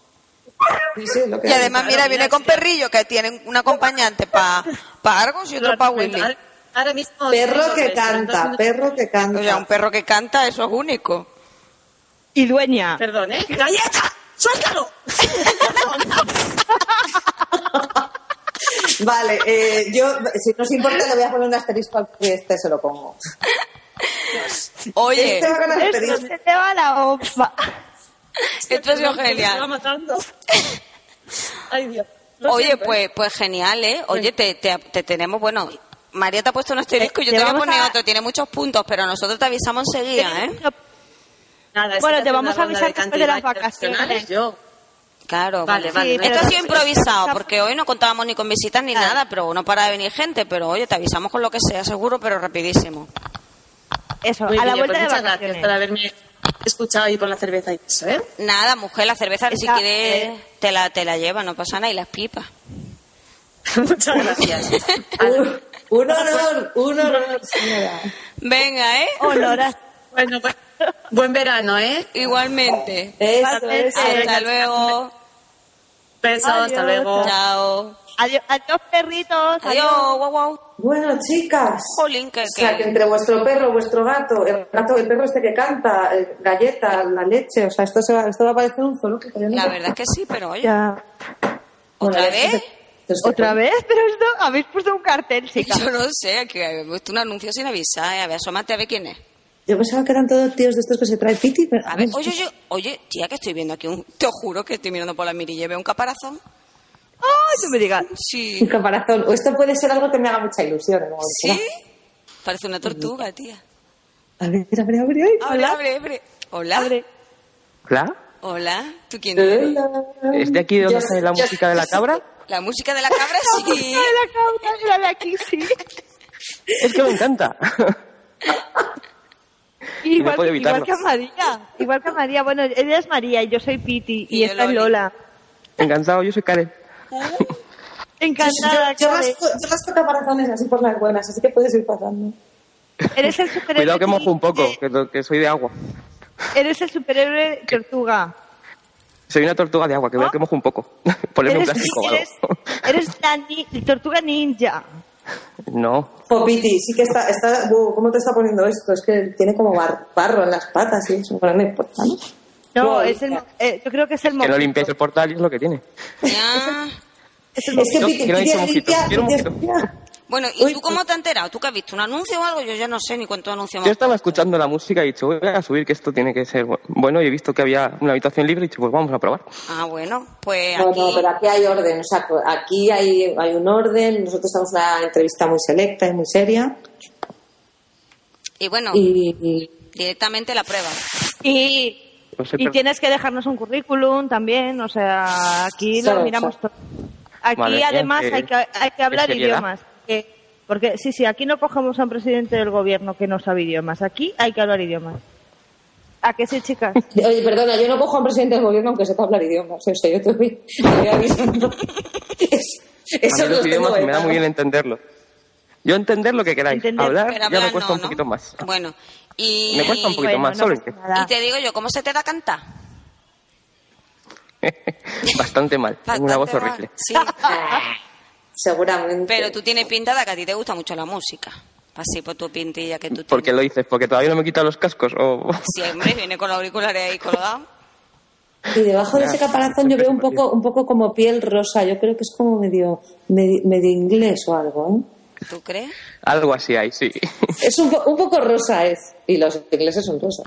Speaker 3: Sí, sí, lo que
Speaker 2: Y además, mira, viene con perrillo, que tienen un acompañante para pa Argos y otro para Willy.
Speaker 6: Ahora- Ahora mismo.
Speaker 3: Perro que canta, perro que
Speaker 2: O sea,
Speaker 3: canta.
Speaker 2: un perro que canta, eso es único.
Speaker 1: Y dueña.
Speaker 6: Perdón, ¿eh? ¡Galleta! ¡Suéltalo!
Speaker 3: Vale, eh, yo, si no os importa, le voy a poner un asterisco al que este se lo pongo.
Speaker 2: Oye,
Speaker 3: Este va a ganar el
Speaker 1: Esto
Speaker 3: periodismo.
Speaker 1: se te va la opa.
Speaker 2: esto ha sido
Speaker 6: Me estaba
Speaker 2: genial.
Speaker 6: matando. Ay, Dios.
Speaker 7: Lo
Speaker 2: Oye,
Speaker 7: siento,
Speaker 2: pues,
Speaker 7: ¿eh?
Speaker 2: pues genial, ¿eh? Oye, te, te, te tenemos, bueno, María te ha puesto un asterisco,
Speaker 1: Eh,
Speaker 2: yo
Speaker 1: te
Speaker 2: te voy a
Speaker 1: vamos
Speaker 2: poner
Speaker 1: a-
Speaker 2: otro, tiene muchos puntos, pero nosotros te avisamos enseguida, ¿eh?
Speaker 7: Nada, es
Speaker 1: Bueno,
Speaker 7: que
Speaker 1: te
Speaker 7: hace
Speaker 1: vamos
Speaker 7: una
Speaker 1: a
Speaker 7: ronda
Speaker 1: avisar después de las
Speaker 7: cantibaches
Speaker 1: vacaciones.
Speaker 7: nacionales, Yo.
Speaker 2: Claro,
Speaker 7: Vale,
Speaker 2: bueno.
Speaker 7: vale,
Speaker 1: Sí,
Speaker 7: no hay
Speaker 2: Esto ha
Speaker 1: pero-
Speaker 2: sido improvisado,
Speaker 1: Esa-
Speaker 2: porque hoy no contábamos ni con visitas ni nada, pero no para de venir gente, pero oye, te avisamos con lo que sea, seguro, pero rapidísimo.
Speaker 1: Eso,
Speaker 7: Muy
Speaker 1: a la
Speaker 7: bien,
Speaker 1: vuelta
Speaker 7: pues
Speaker 1: de
Speaker 7: muchas
Speaker 1: vacaciones.
Speaker 7: gracias por haberme escuchado ahí con la cerveza y eso, ¿eh?
Speaker 2: Nada, mujer, la cerveza, si
Speaker 1: Esa-
Speaker 2: quieres, te la, te la lleva, no pasa nada, y las pipas.
Speaker 7: muchas gracias.
Speaker 3: Un- Un honor, un honor, señora.
Speaker 2: Venga, ¿eh?
Speaker 1: Olor a-
Speaker 7: bueno, pues, buen verano, ¿eh?
Speaker 2: Igualmente.
Speaker 3: Eso es.
Speaker 2: Hasta luego.
Speaker 7: Besos, hasta
Speaker 1: Adiós.
Speaker 7: luego.
Speaker 2: Chao.
Speaker 1: Adiós, adiós, perritos.
Speaker 2: Adiós, guau, guau.
Speaker 3: Bueno, chicas.
Speaker 2: Jolín, que-
Speaker 3: O sea, que
Speaker 2: que-
Speaker 3: entre vuestro perro, vuestro gato, el gato, el perro este que canta, el galleta, la leche, o sea, esto, se va, esto va a parecer un zoológico. yo no
Speaker 2: La
Speaker 3: sé.
Speaker 2: verdad es que sí, pero oye.
Speaker 1: Ya.
Speaker 3: Bueno,
Speaker 2: ¿Otra
Speaker 3: ya este, se-
Speaker 2: vez?
Speaker 3: se- se-
Speaker 1: ¿Otra vez? Pero esto, habéis puesto un cartel, chicas.
Speaker 2: Yo no sé, que había puesto un anuncio sin avisar. eh. A ver, asómate a ver quién es.
Speaker 3: Yo pensaba que eran todos tíos de estos que se trae Piti, pero...
Speaker 2: A ver, oye, oye, oye, tía, que estoy viendo aquí un... Te juro que estoy mirando por la mirilla y veo un caparazón.
Speaker 1: ¡Ay, no me digas!
Speaker 2: Sí.
Speaker 3: En comparación, o esto puede ser algo que me haga mucha ilusión. ¿no?
Speaker 2: ¿Sí? Parece una tortuga, tía.
Speaker 3: A ver, a ver, a ver. ay,
Speaker 2: Abre, abre, abre. Hola.
Speaker 8: ¿Hola?
Speaker 2: Hola. ¿Tú quién eres?
Speaker 3: hola.
Speaker 8: ¿Es de aquí donde
Speaker 3: Yo-
Speaker 8: sale la
Speaker 3: yo-
Speaker 8: música de la cabra?
Speaker 2: La música de la cabra, sí.
Speaker 1: Ay, la cabra, la de aquí, sí.
Speaker 8: Es que me encanta.
Speaker 1: Igual,
Speaker 8: puedo
Speaker 1: igual
Speaker 8: evitarlo.
Speaker 1: que a María. Igual que a María. Bueno, ella es María y yo soy Piti. Y,
Speaker 2: Y yo
Speaker 1: esta es
Speaker 2: Loli.
Speaker 1: Lola.
Speaker 8: Encantado, yo soy Karen.
Speaker 1: Encantada,
Speaker 3: Yo, yo
Speaker 1: Karen.
Speaker 3: rasco, yo rasco caparazones así por las buenas, así que puedes ir pasando.
Speaker 1: Eres el superhéroe.
Speaker 8: Cuidado que mojo un poco,
Speaker 1: de-
Speaker 8: que, to- que soy de agua.
Speaker 1: Eres el superhéroe tortuga.
Speaker 8: Soy una tortuga de agua, que veo
Speaker 1: ¿Ah?
Speaker 8: que mojo un poco. Ponerme un
Speaker 1: Eres,
Speaker 8: plástico o
Speaker 1: eres,
Speaker 8: algo.
Speaker 1: eres la ni- tortuga ninja.
Speaker 8: No,
Speaker 3: Jo, Oh, Piti, sí que está, está buh, ¿cómo te está poniendo esto? Es que tiene como bar- barro en las patas y eso, bueno, no importa, ¿no?
Speaker 1: No,
Speaker 3: Wow.
Speaker 1: es el, mo- eh, yo creo que es el
Speaker 8: que no
Speaker 1: momento.
Speaker 8: limpiáis el portal y es lo que tiene.
Speaker 2: Ya.
Speaker 1: Es el
Speaker 3: Es que
Speaker 8: No,
Speaker 3: Piti,
Speaker 8: que no
Speaker 3: Piti
Speaker 8: he dicho
Speaker 3: es
Speaker 8: mojito,
Speaker 3: limpia,
Speaker 8: quiero
Speaker 3: Piti es
Speaker 8: mojito.
Speaker 3: limpia.
Speaker 2: Bueno, ¿y
Speaker 3: Uy,
Speaker 2: tú cómo te has enterado? ¿Tú que has visto un anuncio o algo? Yo ya no sé ni cuánto anuncio
Speaker 8: pues. Yo
Speaker 2: más.
Speaker 8: estaba escuchando la música y he dicho, voy a subir que esto tiene que ser bu- bueno. Y he visto que había una habitación libre y he dicho, pues vamos a probar.
Speaker 2: Ah, bueno, pues
Speaker 3: No,
Speaker 2: aquí...
Speaker 3: no, pero aquí hay orden, o sea, aquí hay, hay un orden, nosotros tenemos una entrevista muy selecta y muy seria
Speaker 2: Y bueno,
Speaker 3: y, y-
Speaker 2: directamente la prueba.
Speaker 1: Y,
Speaker 8: No sé,
Speaker 1: y
Speaker 8: pero-
Speaker 1: tienes que dejarnos un currículum también, o sea, aquí lo
Speaker 3: Claro,
Speaker 1: miramos todo.
Speaker 3: claro.
Speaker 1: Aquí
Speaker 8: Madre mía,
Speaker 1: además
Speaker 8: qué-
Speaker 1: hay, que, hay que hablar
Speaker 8: qué seriedad.
Speaker 1: idiomas. que- porque sí, sí, aquí no cogemos a un presidente del gobierno que no sabe idiomas. Aquí hay que hablar idiomas. ¿A qué sí, chicas?
Speaker 3: Oye, perdona, yo no cojo a un presidente del gobierno aunque sepa hablar idiomas, eso yo te voy, te voy avisando. Es-
Speaker 8: a
Speaker 3: Eso
Speaker 8: mí los
Speaker 3: no tengo
Speaker 8: idiomas me da
Speaker 3: vetado.
Speaker 8: muy bien entenderlo. Yo entender lo que queráis,
Speaker 1: Entender,
Speaker 8: hablar
Speaker 2: Pero
Speaker 8: ya
Speaker 2: hablar
Speaker 8: me cuesta
Speaker 2: no,
Speaker 8: un
Speaker 2: ¿no?
Speaker 8: poquito más.
Speaker 2: Bueno, y...
Speaker 8: Me cuesta un poquito
Speaker 1: Bueno,
Speaker 8: más,
Speaker 1: no
Speaker 8: solo
Speaker 1: pasa
Speaker 8: que
Speaker 1: nada.
Speaker 2: Y te digo yo, ¿cómo se te da cantar?
Speaker 8: bastante mal, tengo una voz
Speaker 2: Bastante mal.
Speaker 8: horrible.
Speaker 2: Sí,
Speaker 3: Seguramente.
Speaker 2: pero tú tienes pinta de que a ti te gusta mucho la música. Así por tu pintilla que tú tienes.
Speaker 8: ¿Por qué lo dices? ¿Porque todavía no me he quitado los cascos? O...
Speaker 2: Siempre viene con los auriculares ahí colgados.
Speaker 3: Y debajo de ese caparazón yo veo un poco, un poco como piel rosa. Yo creo que es como medio, medio, medio inglés o algo. ¿eh?
Speaker 2: ¿Tú crees?
Speaker 8: Algo así hay, sí.
Speaker 3: Es un, po- un poco rosa es. Y los ingleses son rosas.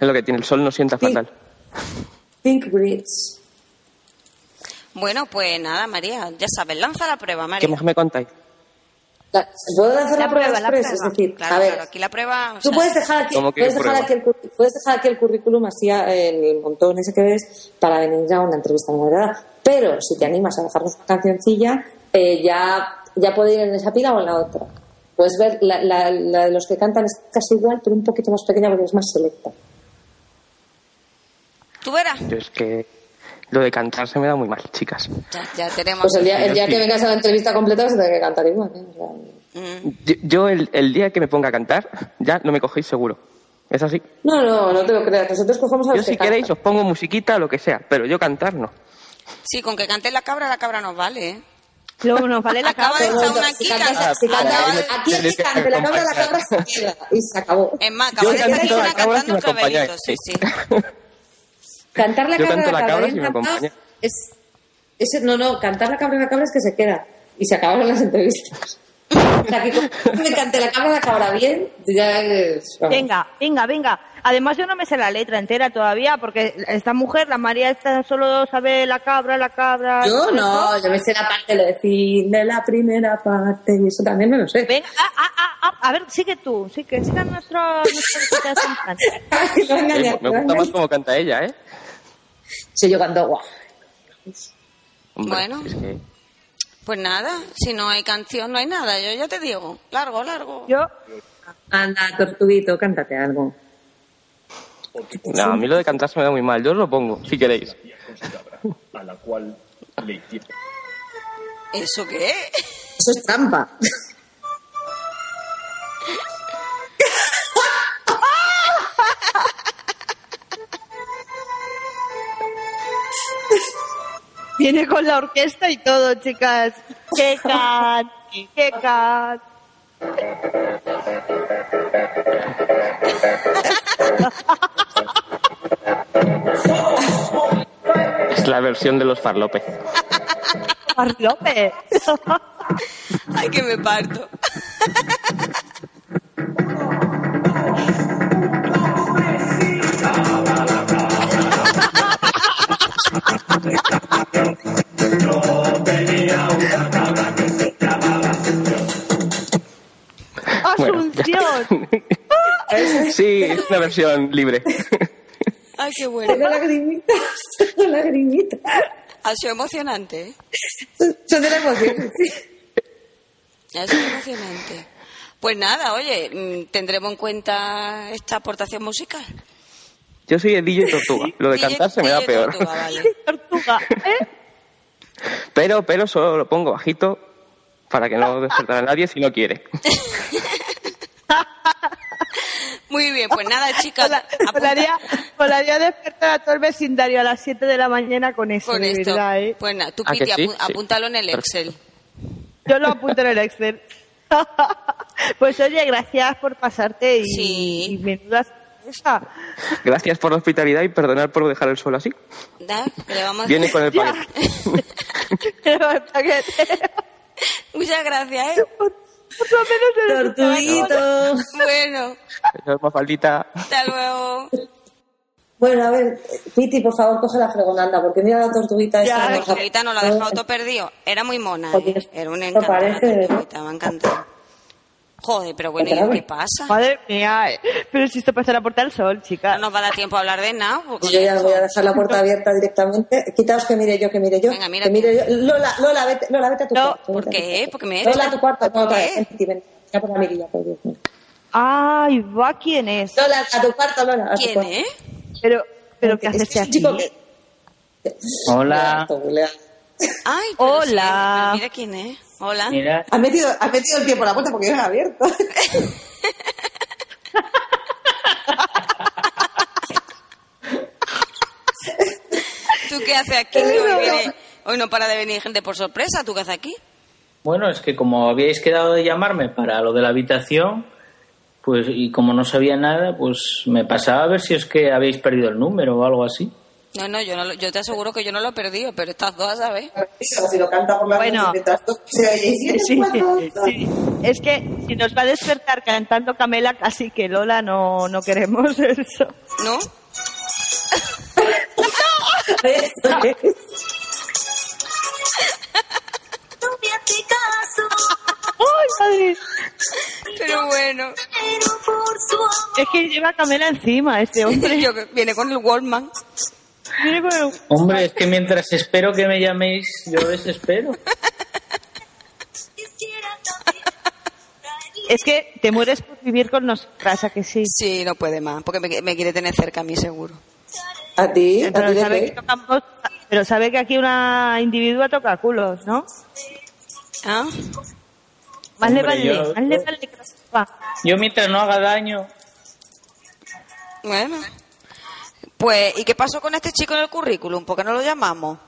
Speaker 8: es lo que tiene, el sol no sienta
Speaker 3: Sí.
Speaker 8: fatal.
Speaker 3: Pink Brits.
Speaker 2: Bueno, pues nada, María, ya sabes, lanza la prueba,
Speaker 8: ¿Qué
Speaker 2: María.
Speaker 8: más me contáis?
Speaker 3: La- ¿Puedo hacer
Speaker 1: La
Speaker 3: la, prueba,
Speaker 1: prueba,
Speaker 3: a
Speaker 1: la
Speaker 3: las tres?
Speaker 1: prueba.
Speaker 3: Es decir,
Speaker 2: Claro,
Speaker 3: a ver,
Speaker 2: claro, aquí la prueba... o
Speaker 3: tú
Speaker 2: sea,
Speaker 3: puedes dejar aquí,
Speaker 8: ¿Cómo que
Speaker 3: puedes dejar
Speaker 8: prueba?
Speaker 3: aquí, el, curr- puedes dejar aquí el currículum así a- en el montón ese que ves para venir ya a una entrevista muy agradable. Pero si te animas a dejarnos una cancioncilla, eh, ya, ya puede ir en esa pila o en la otra. Puedes ver, la, la- la de los que cantan es casi igual, pero un poquito más pequeña porque es más selecta.
Speaker 2: Tú verás.
Speaker 8: Yo es que lo de cantar se me da muy mal, chicas.
Speaker 2: Ya, ya tenemos...
Speaker 3: Pues el día, el día
Speaker 8: sí.
Speaker 3: que vengas a la entrevista completa vas a tener que cantar igual. ¿eh? O sea,
Speaker 2: Mm,
Speaker 8: Yo, yo el, el día que me ponga a cantar, ya no me cogéis seguro. ¿Es así?
Speaker 3: No, no, no te lo creas. Nosotros cogemos a
Speaker 8: Yo
Speaker 3: los
Speaker 8: si
Speaker 3: que cantan.
Speaker 8: queréis os pongo musiquita, lo que sea, pero yo cantar no.
Speaker 2: Sí, con que cantes la cabra, la cabra nos vale, ¿eh?
Speaker 1: Luego nos vale la
Speaker 2: Acaba
Speaker 1: cabra.
Speaker 2: de estar una
Speaker 3: Si
Speaker 2: aquí
Speaker 3: cantas-
Speaker 2: cantando-
Speaker 3: si cantas-
Speaker 2: acaba de-
Speaker 3: aquí el que cante la cabra, la cabra se queda. Y se acabó.
Speaker 2: Es más,
Speaker 8: Yo
Speaker 2: acaba de estar
Speaker 8: canto
Speaker 2: Cristina
Speaker 8: la cabra si
Speaker 2: cantando
Speaker 8: me
Speaker 2: un
Speaker 8: acompañáis.
Speaker 2: clavelito, sí, sí.
Speaker 3: Cantar la
Speaker 8: Yo
Speaker 3: cabra
Speaker 8: canto la cabra
Speaker 3: y
Speaker 8: si me
Speaker 3: cantar
Speaker 8: acompaña.
Speaker 3: Es, es- no, no, cantar la cabra la cabra es que se queda. Y se acabaron las entrevistas. La que me cante la cámara acabará bien. Ya es- vamos.
Speaker 1: Venga, venga, venga. Además yo no me sé la letra entera todavía porque esta mujer, la María, esta solo sabe la cabra, la cabra.
Speaker 3: Yo no,
Speaker 1: eso.
Speaker 3: yo me sé la parte lo de fin de la primera parte y eso también me lo sé.
Speaker 1: Venga, ah, ah, ah, ah, a ver, sigue tú, sigue, sigue nuestro... nuestro-
Speaker 3: No
Speaker 8: Eh,
Speaker 3: engañas,
Speaker 8: me gusta
Speaker 3: no engañas.
Speaker 8: más cómo canta ella, ¿eh?
Speaker 3: Soy yo cuando guau.
Speaker 8: Hombre,
Speaker 2: Bueno.
Speaker 8: es que-
Speaker 2: Pues nada, si no hay canción, no hay nada. Yo ya te digo, largo, largo.
Speaker 1: yo,
Speaker 3: Anda, tortuguito, cántate algo.
Speaker 8: No, a mí lo de cantar se me da muy mal. Yo os lo pongo, si queréis.
Speaker 9: a la cual le hicieron.
Speaker 2: ¿Eso qué?
Speaker 3: Eso es trampa.
Speaker 1: viene con la orquesta y todo, chicas. ¡Qué can! ¡Qué can!
Speaker 8: Es la versión de los Farlope.
Speaker 1: Mar López.
Speaker 2: Ay, que me parto.
Speaker 1: Asunción.
Speaker 8: sí, es una versión libre.
Speaker 2: Ay, qué bueno.
Speaker 3: Tengo lagrimitas, tengo lagrimitas.
Speaker 2: Ha sido emocionante, ¿eh?
Speaker 3: Son de la emoción. sí.
Speaker 2: Ha sido emocionante. Pues nada, oye, mm, tendremos en cuenta esta aportación musical.
Speaker 8: Yo soy el DJ Tortuga. Lo de
Speaker 2: DJ
Speaker 8: cantar se me da
Speaker 2: DJ
Speaker 8: peor.
Speaker 2: Tortuga, vale.
Speaker 1: Tortuga, ¿eh?
Speaker 8: Pero, pero solo lo pongo bajito para que no despertara a nadie si no quiere.
Speaker 2: Muy bien, pues nada, chicas.
Speaker 1: Hola,
Speaker 2: apunta-
Speaker 1: Volaría, volaría despertar a todo el vecindario a las 7 de la mañana con eso,
Speaker 2: con
Speaker 1: de
Speaker 2: esto.
Speaker 1: verdad, ¿eh?
Speaker 2: Pues nada, tú,
Speaker 8: ¿Ah, que
Speaker 2: Piti,
Speaker 8: sí?
Speaker 2: apu-
Speaker 8: Sí.
Speaker 2: apúntalo en el Excel.
Speaker 1: Yo lo apunto en el Excel. pues oye, gracias por pasarte y,
Speaker 2: Sí.
Speaker 1: y menuda sorpresa.
Speaker 8: Gracias por la hospitalidad y perdonar por dejar el suelo así.
Speaker 2: Da, que le vamos a-
Speaker 8: Viene con el paquete.
Speaker 1: Pero el paquete,
Speaker 2: Muchas gracias, ¿eh?
Speaker 1: por lo menos eres
Speaker 3: Tortuguito.
Speaker 2: Bueno,
Speaker 8: Señor Mafaldita.
Speaker 2: hasta luego.
Speaker 3: Bueno, a ver, Piti, por favor, coge la fregonanda, porque mira la tortuguita
Speaker 1: Ya,
Speaker 3: esa.
Speaker 2: La
Speaker 1: Ay,
Speaker 2: tortuguita nos la ha dejado todo perdido. Era muy mona, ¿eh?
Speaker 3: Joder,
Speaker 2: Era un
Speaker 3: no
Speaker 2: encanto. la
Speaker 3: parece.
Speaker 2: tortuguita, me ha encantado. Joder, pero bueno, ¿y qué pasa?
Speaker 1: Madre mía, ¿eh? pero si esto pasa la puerta del sol,
Speaker 2: No
Speaker 1: chica.
Speaker 2: nos va a dar tiempo a hablar de nada. porque-
Speaker 3: Yo ya voy a dejar la puerta abierta directamente. Quitaos que mire yo, que mire yo.
Speaker 2: Venga, mira
Speaker 3: que mire yo. Lola, Lola, vete, Lola, vete a tu
Speaker 1: No,
Speaker 3: cuarto.
Speaker 2: ¿por
Speaker 3: vete a tu
Speaker 2: qué?
Speaker 3: cuarto.
Speaker 2: Porque me-
Speaker 3: Lola, a tu cuarto. No,
Speaker 2: ¿Por
Speaker 3: otra
Speaker 2: qué?
Speaker 3: vez, ven, Piti, ven. Ya por la mirilla, por Dios mío.
Speaker 1: Ay, va quién es.
Speaker 3: Lola, a tu cuarto, Lola. a tu
Speaker 2: ¿Quién,
Speaker 3: cuarto.
Speaker 2: eh?
Speaker 1: Pero, pero ¿qué
Speaker 3: Este
Speaker 1: haces
Speaker 3: es un
Speaker 1: aquí?
Speaker 3: chico que-
Speaker 6: Hola.
Speaker 2: Ay, pero
Speaker 1: Hola.
Speaker 2: sí, pero mira quién es. Hola.
Speaker 6: Mira,
Speaker 3: Has metido, has metido el pie por la puerta porque yo no la he abierto.
Speaker 2: ¿Tú qué haces aquí? Hoy, viene- hoy no para de venir gente por sorpresa. ¿Tú qué haces aquí?
Speaker 6: Bueno, es que como habíais quedado de llamarme para lo de la habitación, pues y como no sabía nada, pues me pasaba a ver si es que habéis perdido el número o algo así.
Speaker 2: No, no, yo, no, lo- yo te aseguro que yo no lo he perdido, pero estas dos, ¿sabes?
Speaker 3: Como si lo canta por la
Speaker 1: Bueno.
Speaker 3: noche mientras tú- se oye, y
Speaker 1: Sí,
Speaker 3: siete, cuatro, dos.
Speaker 1: sí. Es que si nos va a despertar cantando Camela, casi que Lola no, no queremos eso.
Speaker 2: ¿No?
Speaker 1: ¡Ay, madre!
Speaker 2: Pero bueno.
Speaker 1: Es que lleva Camela encima este hombre.
Speaker 2: Yo, viene con el Wallman.
Speaker 1: Mira, bueno,
Speaker 6: Hombre, es que mientras espero que me llaméis, yo desespero.
Speaker 1: Es que te mueres por vivir con nosotras, ¿a que sí?
Speaker 2: Sí, no puede más, porque me, me quiere tener cerca a mí, seguro.
Speaker 3: A ti, a ti
Speaker 1: Pero
Speaker 3: de
Speaker 1: sabe,
Speaker 3: qué?
Speaker 1: que tocamos- pero sabe que aquí una individua toca culos, ¿no?
Speaker 2: ¿Ah?
Speaker 1: Más le
Speaker 6: Hombre,
Speaker 1: vale,
Speaker 6: yo-
Speaker 1: más le vale que no sepa.
Speaker 6: Yo mientras no haga daño,
Speaker 2: Bueno. Pues, ¿y qué pasó con este chico en el currículum? ¿Por qué no lo llamamos?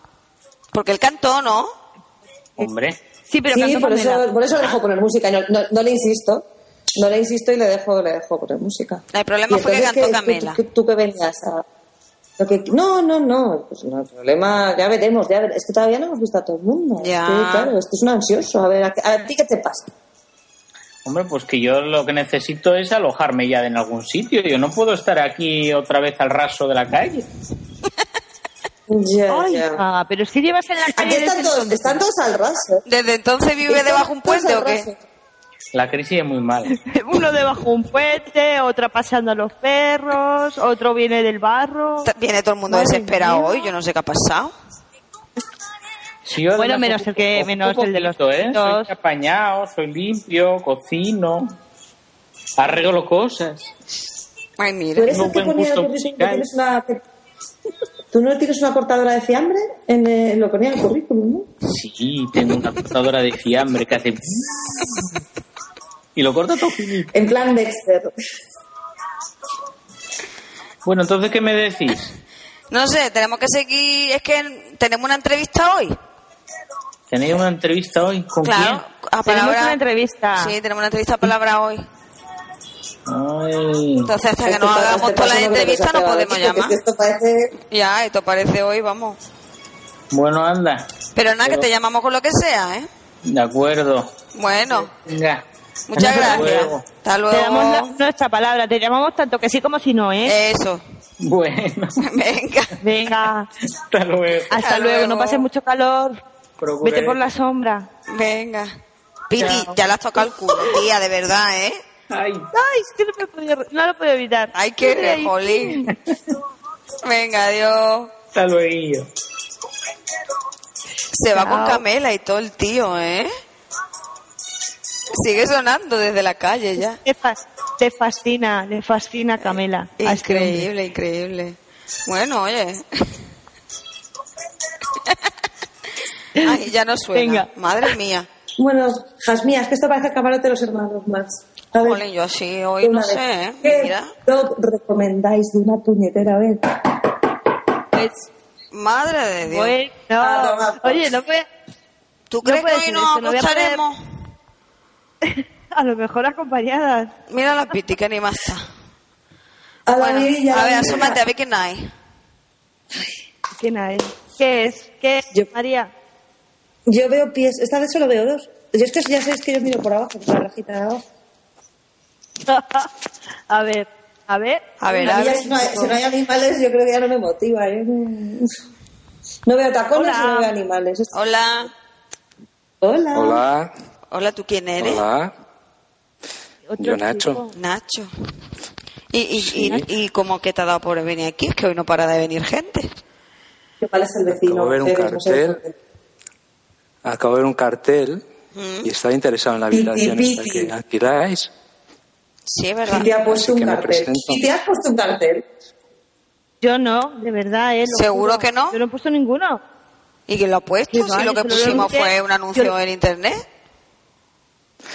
Speaker 2: Porque él cantó, ¿no?
Speaker 6: hombre,
Speaker 1: Sí, pero
Speaker 3: Sí,
Speaker 1: cantó
Speaker 3: por
Speaker 1: Camela.
Speaker 3: eso, por eso le dejo poner música. No, no, no le insisto. No le insisto y le dejo, le dejo poner música.
Speaker 2: El problema
Speaker 3: Y
Speaker 2: fue que
Speaker 3: entonces,
Speaker 2: cantó
Speaker 3: ¿qué-
Speaker 2: Camela.
Speaker 3: ¿Tú, tú, tú que venías a...? lo que- no, no, no, pues no, el problema ya veremos, ya vere- es que todavía no hemos visto a todo el mundo.
Speaker 2: Ya.
Speaker 3: Es que, claro, esto es un ansioso. A ver, ¿a, qué- a ti qué te pasa?
Speaker 4: Hombre, pues que yo lo que necesito es alojarme ya en algún sitio. Yo no puedo estar aquí otra vez al raso de la calle.
Speaker 3: Ya,
Speaker 1: Ay,
Speaker 3: ya.
Speaker 1: ah, pero es que llevas en la calle
Speaker 3: Aquí están
Speaker 1: desde
Speaker 3: todos,
Speaker 1: entonces.
Speaker 3: están todos al raso.
Speaker 2: ¿Desde entonces vive
Speaker 3: Están
Speaker 2: debajo un
Speaker 3: todos
Speaker 2: puente
Speaker 3: al
Speaker 2: o qué?
Speaker 3: raso.
Speaker 4: La crisis es muy mala.
Speaker 1: Uno debajo de un puente, otra pasando a los perros, otro viene del barro.
Speaker 2: Ta- Viene todo el mundo
Speaker 1: Madre
Speaker 2: desesperado
Speaker 1: mía.
Speaker 2: hoy, yo no sé qué ha pasado.
Speaker 4: Si yo
Speaker 1: Bueno,
Speaker 4: además
Speaker 1: menos el que-
Speaker 4: ocupo
Speaker 1: menos el de los
Speaker 4: poquito, ¿eh?
Speaker 1: chiquitos.
Speaker 4: Soy apañado, soy limpio, cocino, arreglo cosas.
Speaker 2: Ay,
Speaker 3: ¿Tú
Speaker 2: mira.
Speaker 3: eres
Speaker 4: Tengo
Speaker 3: el que
Speaker 4: buen
Speaker 3: ponía en el
Speaker 4: gusto
Speaker 3: currículum que
Speaker 4: musical.
Speaker 3: tienes una... que- ¿Tú no tienes una cortadora de fiambre? En, eh, lo ponía en el currículum, ¿no?
Speaker 4: Sí, tengo una cortadora de fiambre que hace... Y lo corta todo finito.
Speaker 3: En plan Dexter.
Speaker 4: Bueno, entonces, ¿qué me decís?
Speaker 2: No sé, tenemos que seguir. Es que tenemos una entrevista hoy.
Speaker 4: ¿Tenéis una entrevista hoy? ¿Con
Speaker 2: Claro, a
Speaker 1: Tenemos
Speaker 2: palabra.
Speaker 1: una entrevista.
Speaker 2: Sí, tenemos una entrevista a palabra hoy.
Speaker 4: quién? Ay.
Speaker 2: Entonces, hasta que
Speaker 3: Este
Speaker 2: nos
Speaker 3: pa-
Speaker 2: hagamos
Speaker 3: este
Speaker 2: toda la
Speaker 3: paso no creo que se
Speaker 2: entrevista, no
Speaker 3: atreva a
Speaker 2: podemos
Speaker 3: decir, porque
Speaker 2: llamar.
Speaker 3: es que Esto parece...
Speaker 2: Ya, esto parece hoy, vamos.
Speaker 4: Bueno, anda.
Speaker 2: Pero nada, que
Speaker 4: Pero-
Speaker 2: te llamamos con lo que sea, ¿eh?
Speaker 4: De acuerdo.
Speaker 2: Bueno,
Speaker 4: Venga.
Speaker 2: muchas
Speaker 4: Hasta
Speaker 2: gracias.
Speaker 4: luego.
Speaker 2: Hasta
Speaker 1: Te damos la-
Speaker 2: luego.
Speaker 1: nuestra palabra, te llamamos tanto que sí como si no, ¿eh?
Speaker 2: Eso.
Speaker 4: Bueno,
Speaker 2: Venga.
Speaker 1: Venga,
Speaker 4: hasta luego.
Speaker 1: hasta, luego,
Speaker 2: luego.
Speaker 1: no pases mucho calor.
Speaker 4: Procuraré.
Speaker 1: Vete por la sombra.
Speaker 2: Venga. Piti, ya le has tocado el culo, tía, de verdad, ¿eh?
Speaker 4: Ay,
Speaker 1: Ay, es que no, me podía, no lo puedo evitar.
Speaker 2: Hay que, jolín. Venga, adiós.
Speaker 4: hasta luego.
Speaker 2: Se va con
Speaker 1: Chao.
Speaker 2: Camela y todo el tío, ¿eh? Sigue sonando desde la calle ya.
Speaker 1: Te, fa- te fascina, le fascina a Camela. a este hombre.
Speaker 2: Increíble, increíble. Bueno, oye. Ay, ya no suena.
Speaker 1: Venga.
Speaker 2: Madre mía.
Speaker 3: Bueno, Jasmía, es que esto parece camarote de los hermanos más. A ver,
Speaker 2: Jolín, yo así hoy no
Speaker 3: una vez,
Speaker 2: sé, ¿eh?
Speaker 3: ¿qué
Speaker 2: Mira.
Speaker 3: top recomendáis de una puñetera vez?
Speaker 1: Pues,
Speaker 2: Madre de Dios.
Speaker 1: bueno,
Speaker 3: Ah, no, no.
Speaker 1: oye, no voy a-
Speaker 2: ¿Tú
Speaker 1: no
Speaker 2: crees que
Speaker 1: puedes
Speaker 2: hoy
Speaker 1: decir
Speaker 2: nos
Speaker 1: eso, no voy a poner-
Speaker 2: acostaremos?
Speaker 1: a lo mejor acompañadas.
Speaker 2: Mira la Piti, que ni más está.
Speaker 3: A la
Speaker 2: Bueno,
Speaker 3: mirilla,
Speaker 2: a ver,
Speaker 3: la mirilla.
Speaker 2: asómate a ver quién hay.
Speaker 1: ¿Quién es? ¿Qué es? ¿Qué es?
Speaker 3: Yo-
Speaker 1: María.
Speaker 3: Yo veo pies, esta vez solo veo dos. Yo es que ya sabéis que yo miro por abajo, por la rajita de abajo.
Speaker 1: a ver, a ver.
Speaker 2: A ver,
Speaker 3: A
Speaker 2: a
Speaker 3: mí ya
Speaker 2: ver.
Speaker 3: si, no hay, si no hay animales, yo creo que ya no me motiva. ¿eh? No veo tacones
Speaker 1: Hola.
Speaker 3: y no veo animales. Esto-
Speaker 2: Hola.
Speaker 3: Hola.
Speaker 10: Hola,
Speaker 2: Hola, ¿tú quién eres?
Speaker 10: hola.
Speaker 1: Otro
Speaker 10: Yo, Nacho.
Speaker 1: chico.
Speaker 2: Nacho. ¿Y, y,
Speaker 10: Sí.
Speaker 2: y, y cómo que te ha dado por venir aquí? Es que hoy no para de venir gente.
Speaker 3: ¿Cuál es el vecino?
Speaker 10: Acabo de ver un
Speaker 3: Ustedes, no sé.
Speaker 10: cartel. Acabo de ver un cartel
Speaker 2: Mm.
Speaker 10: y estaba interesado en la
Speaker 3: Piti,
Speaker 10: habitación esta
Speaker 3: piti.
Speaker 10: que alquiláis.
Speaker 2: Sí, es
Speaker 3: Y
Speaker 2: verdad.
Speaker 3: te ha puesto
Speaker 10: que
Speaker 3: un
Speaker 10: me
Speaker 3: cartel.
Speaker 10: presento.
Speaker 3: Y te has puesto un cartel.
Speaker 1: Yo no, de verdad, ¿eh? lo
Speaker 2: ¿Seguro
Speaker 1: juro.
Speaker 2: que no?
Speaker 1: Yo no he puesto ninguno.
Speaker 2: ¿Y quién lo ha
Speaker 1: Sí,
Speaker 2: puesto?
Speaker 1: no,
Speaker 2: Si lo
Speaker 1: yo
Speaker 2: que
Speaker 1: se lo
Speaker 2: pusimos
Speaker 1: anuncié.
Speaker 2: fue un anuncio
Speaker 1: Yo-
Speaker 2: en internet.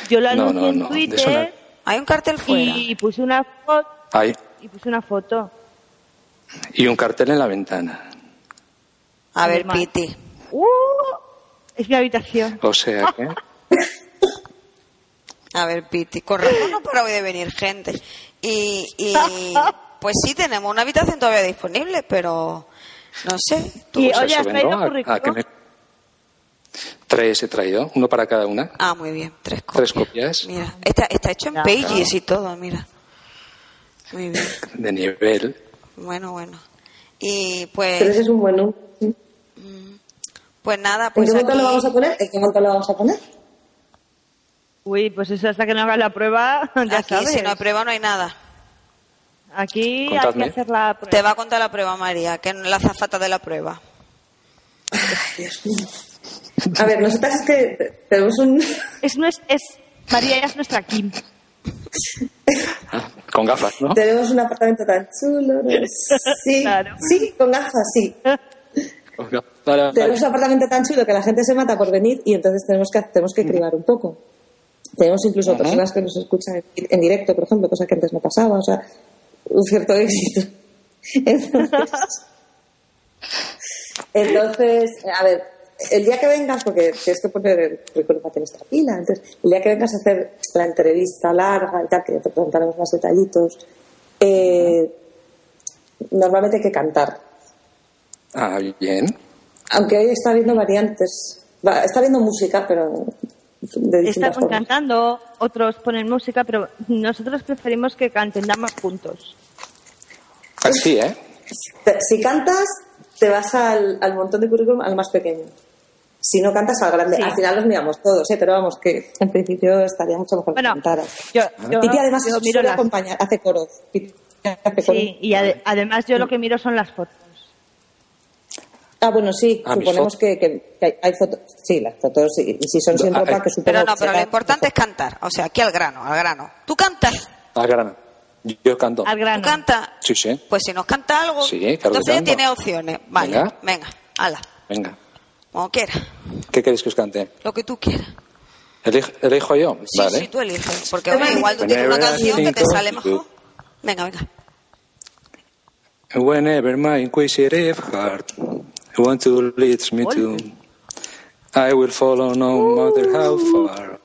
Speaker 1: Yo lo
Speaker 10: No,
Speaker 1: anuncié
Speaker 10: no,
Speaker 1: en
Speaker 10: no, de eso no.
Speaker 1: Twitter
Speaker 2: Hay un cartel fuera.
Speaker 1: y puse una foto
Speaker 10: Ay,
Speaker 1: y puse una foto.
Speaker 10: y un cartel en la ventana.
Speaker 2: A ver,
Speaker 1: Además.
Speaker 2: Piti.
Speaker 1: ¡Uh! Es mi habitación.
Speaker 10: O sea que.
Speaker 2: A ver, Piti. Con razón no para hoy de venir gente. Y, y pues sí, tenemos una habitación todavía disponible, pero no sé. Tú-
Speaker 1: Y
Speaker 10: o sea,
Speaker 1: oye,
Speaker 10: se
Speaker 1: ¿has traído
Speaker 10: vendó a-
Speaker 1: currículum?
Speaker 10: a que me- Tres he traído, uno para cada una.
Speaker 2: Ah, muy bien. Tres copias.
Speaker 10: Tres copias.
Speaker 2: Mira, está, está hecho en
Speaker 1: Ya,
Speaker 2: Pages y todo, mira. Muy bien.
Speaker 10: de nivel.
Speaker 2: Eh. Bueno, bueno. Y
Speaker 3: Pero ese
Speaker 2: pues,
Speaker 3: es un buen número. ¿En
Speaker 2: pues nada,
Speaker 3: qué
Speaker 2: pues
Speaker 3: momento
Speaker 2: aquí-
Speaker 3: lo vamos a poner? ¿En qué momento lo vamos a poner?
Speaker 1: Uy, pues eso hasta que no hagas la prueba, ya
Speaker 2: aquí,
Speaker 1: sabes.
Speaker 2: si no hay prueba no hay nada.
Speaker 1: Aquí hay
Speaker 10: Contadme.
Speaker 1: que hacer la prueba.
Speaker 2: Te va a contar la prueba, María, que es la zafata de la prueba.
Speaker 3: A ver, nosotras es que tenemos un...
Speaker 1: Es, nues- es, María es nuestra Kim.
Speaker 10: Ah, Con gafas, ¿no?
Speaker 3: Tenemos un apartamento tan chulo. ¿no? Sí,
Speaker 1: Claro.
Speaker 3: sí, con gafas, sí.
Speaker 10: Con gafas. Vale, vale.
Speaker 3: Tenemos un apartamento tan chulo que la gente se mata por venir y entonces tenemos que, tenemos que cribar un poco. Tenemos incluso
Speaker 10: Ajá.
Speaker 3: personas que nos escuchan en, en directo, por ejemplo, cosa que antes no pasaba, o sea, un cierto éxito. Entonces, entonces, a ver, el día que vengas, porque tienes que poner el currículum en esta pila, entonces, el día que vengas a hacer la entrevista larga y tal, que te preguntaremos más detallitos, eh, normalmente hay que cantar
Speaker 10: Ah, bien.
Speaker 3: aunque hoy está habiendo variantes. Va, está habiendo música, pero de distintas
Speaker 1: Estamos
Speaker 3: formas.
Speaker 1: cantando, otros ponen música, pero nosotros preferimos que cantemos juntos.
Speaker 10: Así, ¿eh?
Speaker 3: Te- Si cantas, te vas al, al montón de currículum, al más pequeño. Si no cantas, al grande.
Speaker 1: Sí.
Speaker 3: Al final los miramos todos, ¿eh? pero vamos, que en principio estaría mucho mejor
Speaker 1: Bueno,
Speaker 3: que cantaras.
Speaker 2: pues-
Speaker 1: Yo,
Speaker 10: Ah.
Speaker 1: yo-
Speaker 3: Piti además
Speaker 1: yo miro
Speaker 3: suele
Speaker 1: las-
Speaker 3: acompañar, hace coros. Piti hace coros.
Speaker 1: sí, y ade- además yo lo que miro son las fotos.
Speaker 3: Ah, bueno, sí,
Speaker 10: Ah, mis
Speaker 3: suponemos que, que- que hay, hay fotos. Sí, las fotos, sí, y si son sin
Speaker 10: Ah,
Speaker 3: ropa,
Speaker 10: eh.
Speaker 3: que supongo
Speaker 2: Pero no,
Speaker 3: que
Speaker 2: pero lo
Speaker 3: será-
Speaker 2: importante es cantar. O sea, aquí al grano, al grano. ¿Tú cantas?
Speaker 10: Al grano. Yo canto.
Speaker 1: Al
Speaker 3: Ah,
Speaker 2: ¿Tú
Speaker 1: grano.
Speaker 2: cantas?
Speaker 10: Sí, sí.
Speaker 2: Pues si nos canta algo,
Speaker 10: Sí, claro que
Speaker 2: entonces ya
Speaker 10: canto.
Speaker 2: tiene opciones. Vale, venga,
Speaker 10: Venga.
Speaker 2: ala,
Speaker 10: Venga.
Speaker 2: como quieras,
Speaker 10: ¿Qué queréis que os cante?
Speaker 2: lo que tú quieras.
Speaker 10: ¿Elijo, elijo yo?
Speaker 2: Sí,
Speaker 10: vale.
Speaker 2: sí, tú eliges, porque hombre, igual tú
Speaker 10: Venga,
Speaker 2: tienes una
Speaker 10: venga,
Speaker 2: canción que te
Speaker 10: cinco.
Speaker 2: sale mejor. Venga, venga.
Speaker 10: Whenever my inquisitive heart want to leads me to, I will follow no matter how far.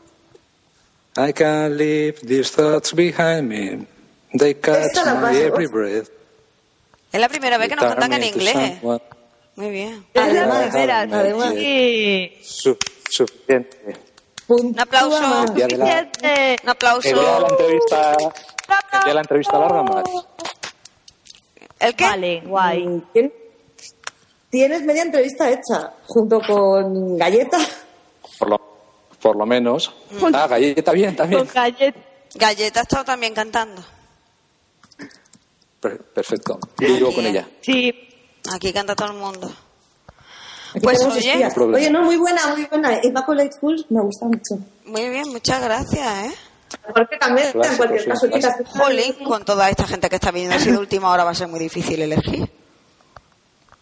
Speaker 10: I can leave these thoughts behind me. They catch
Speaker 3: Esta la
Speaker 10: my
Speaker 3: paso.
Speaker 10: every breath.
Speaker 2: Es la primera vez que nos
Speaker 10: Turn
Speaker 2: cantan en
Speaker 10: me into
Speaker 2: inglés. ¿eh?
Speaker 10: someone
Speaker 2: Muy bien.
Speaker 3: Además,
Speaker 10: Además,
Speaker 3: además,
Speaker 1: Sí.
Speaker 10: su- suficiente.
Speaker 2: Un aplauso.
Speaker 3: puntúa más.
Speaker 10: Ya de la,
Speaker 1: Gente,
Speaker 2: Un aplauso.
Speaker 10: el día de la entrevista, el día de la entrevista larga más.
Speaker 2: ¿El qué?
Speaker 1: Vale, guay.
Speaker 3: Tien- Mm, Tienes media entrevista hecha, junto con Galleta.
Speaker 10: Por lo, por lo menos. Ah, galleta bien,
Speaker 1: Con
Speaker 10: también.
Speaker 1: galleta.
Speaker 2: Galleta ha estado también cantando.
Speaker 10: Per- Perfecto. Yo vivo con ella.
Speaker 1: Sí,
Speaker 2: Aquí canta todo el mundo.
Speaker 3: Aquí
Speaker 2: Pues,
Speaker 3: tenemos
Speaker 2: oye.
Speaker 3: espías.
Speaker 10: No problema.
Speaker 3: Oye, no, muy buena, muy buena. Immaculate Schools me gusta mucho.
Speaker 2: Muy bien, muchas gracias, ¿eh?
Speaker 3: Porque también,
Speaker 10: Clásico,
Speaker 3: en cualquier
Speaker 10: pues, sí,
Speaker 3: caso,
Speaker 10: clásico.
Speaker 3: chicas,
Speaker 2: Jolín, con toda esta gente que está viniendo así de última hora va a ser muy difícil elegir.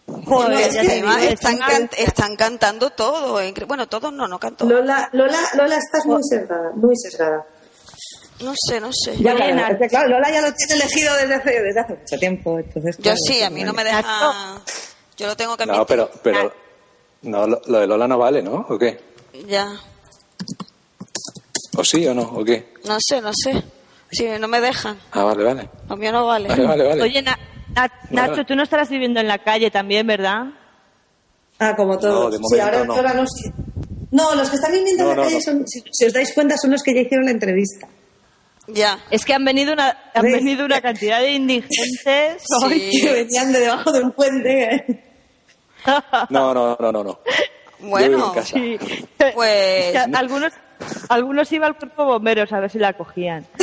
Speaker 3: No,
Speaker 1: joder,
Speaker 3: es
Speaker 1: Pues ya
Speaker 3: que
Speaker 1: te digo,
Speaker 2: Además,
Speaker 1: es
Speaker 2: están,
Speaker 1: una-
Speaker 2: can- están cantando todo. incre- Bueno, todos no, no cantó.
Speaker 3: Lola, Lola, Lola, estás muy sesgada, muy sesgada.
Speaker 2: No sé, no sé.
Speaker 3: Ya, claro,
Speaker 1: Elena.
Speaker 3: es que, claro, Lola ya lo tiene elegido desde hace, desde hace mucho tiempo. Entonces,
Speaker 2: Yo
Speaker 3: claro,
Speaker 2: sí, a mí no me deja. Yo lo tengo que Ah.
Speaker 10: No,
Speaker 2: admitir.
Speaker 10: pero, pero no, lo, lo de Lola no vale, ¿no? ¿O qué?
Speaker 2: Ya.
Speaker 10: ¿O sí o no? ¿O qué?
Speaker 2: No sé, no sé. Sí, no me dejan.
Speaker 10: Ah, vale, vale.
Speaker 2: Lo mío no vale.
Speaker 10: Vale, vale, vale.
Speaker 1: Oye, Na- Na- Nacho, tú no estarás viviendo en la calle también, ¿verdad?
Speaker 3: Ah, como todo.
Speaker 10: No, de
Speaker 3: sí,
Speaker 10: momento
Speaker 3: ahora
Speaker 10: no.
Speaker 3: ahora no. sí. No, los que están viviendo
Speaker 10: No,
Speaker 3: en
Speaker 10: no,
Speaker 3: la calle
Speaker 10: no.
Speaker 3: son, si, si os dais cuenta, son los que ya hicieron la entrevista.
Speaker 2: Ya.
Speaker 1: Es que han venido una, han
Speaker 3: Sí.
Speaker 1: venido una cantidad de indigentes.
Speaker 2: Sí.
Speaker 3: Que venían de debajo de un puente. ¿eh?
Speaker 10: No, no, no, no, no. Yo vivo
Speaker 2: Bueno,
Speaker 10: en casa.
Speaker 1: Sí.
Speaker 2: Pues-
Speaker 1: algunos algunos iban al cuerpo de bomberos a ver si la cogían.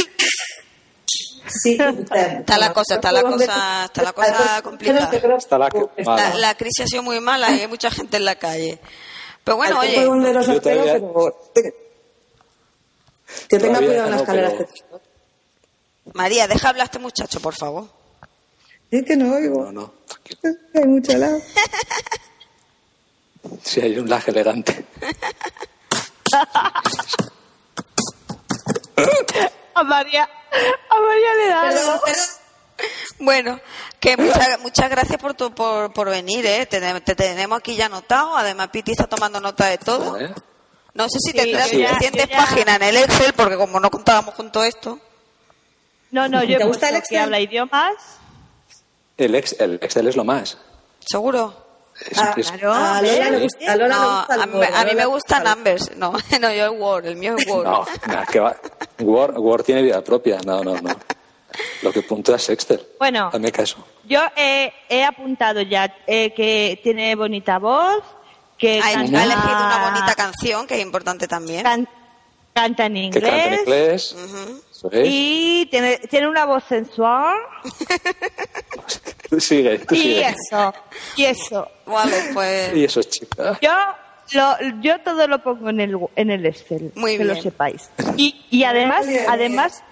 Speaker 3: Sí, está
Speaker 2: Está la cosa, está la cosa- está la cosa complicada.
Speaker 10: Está la-
Speaker 2: la,
Speaker 10: Vale.
Speaker 2: la crisis ha sido muy mala y hay mucha gente en la calle. Pero bueno,
Speaker 3: Al cuerpo de
Speaker 2: oye,
Speaker 3: bomberos
Speaker 10: Yo
Speaker 3: os espero,
Speaker 10: todavía-
Speaker 3: pero te- Que tenga
Speaker 10: Todavía
Speaker 3: cuidado en las
Speaker 10: no, pero-
Speaker 3: escaleras. que-
Speaker 2: María, deja hablar a este muchacho, por favor.
Speaker 3: Es que no
Speaker 10: No,
Speaker 3: oigo.
Speaker 10: no, tranquilo.
Speaker 3: Hay mucho lado.
Speaker 10: Sí, hay un laje elegante.
Speaker 1: A María, a María le da
Speaker 3: Perdón,
Speaker 1: algo.
Speaker 3: perdón.
Speaker 2: Bueno, que muchas, muchas gracias por, tu, por, por venir, ¿eh? Te, te tenemos aquí ya anotado. Además, Piti está tomando nota de todo.
Speaker 10: Vale.
Speaker 2: No sé si
Speaker 1: Sí,
Speaker 2: tendrás
Speaker 10: yo ya-
Speaker 2: suficientes
Speaker 1: yo ya-
Speaker 2: páginas en el Excel, porque como no contábamos con todo esto.
Speaker 1: No, no, yo
Speaker 3: ¿Te
Speaker 1: he
Speaker 3: gusta
Speaker 1: puesto
Speaker 3: el
Speaker 1: que
Speaker 3: Excel?
Speaker 1: habla idiomas.
Speaker 10: El, ex, el Excel es lo más.
Speaker 2: ¿Seguro?
Speaker 10: Es-
Speaker 3: Ah,
Speaker 10: es-
Speaker 1: claro.
Speaker 3: A Lola le gusta, a Lola le
Speaker 2: No,
Speaker 3: gusta el
Speaker 2: a, mí,
Speaker 3: Word,
Speaker 2: a mí
Speaker 3: Lola
Speaker 2: me
Speaker 3: le
Speaker 2: gusta
Speaker 3: el Word.
Speaker 2: Numbers. No, no, yo el Word, el mío es Word. Ah,
Speaker 10: No, nada, que va. Word, Word tiene vida propia. No, no, no. Lo que puntúa es Excel.
Speaker 1: Bueno.
Speaker 10: Hazme caso.
Speaker 1: Yo he, he apuntado ya eh, que tiene bonita voz, que
Speaker 2: Ha, ha
Speaker 1: canta-
Speaker 2: elegido
Speaker 1: Ah.
Speaker 2: una bonita ¿eh? canción, que es importante también.
Speaker 1: can- canta en
Speaker 10: Que canta en
Speaker 1: inglés.
Speaker 10: inglés.
Speaker 2: Ujú.
Speaker 10: Eso es.
Speaker 1: Y tiene, tiene una voz sensual.
Speaker 10: Tú sigue, tú
Speaker 1: Y
Speaker 10: sigue.
Speaker 1: eso, y eso.
Speaker 2: Vale, pues...
Speaker 10: Y eso es chica.
Speaker 1: Yo, lo- yo todo lo pongo en el, en el Excel,
Speaker 2: Muy
Speaker 1: que
Speaker 2: bien.
Speaker 1: lo sepáis. Y, y además,
Speaker 3: bien.
Speaker 1: además,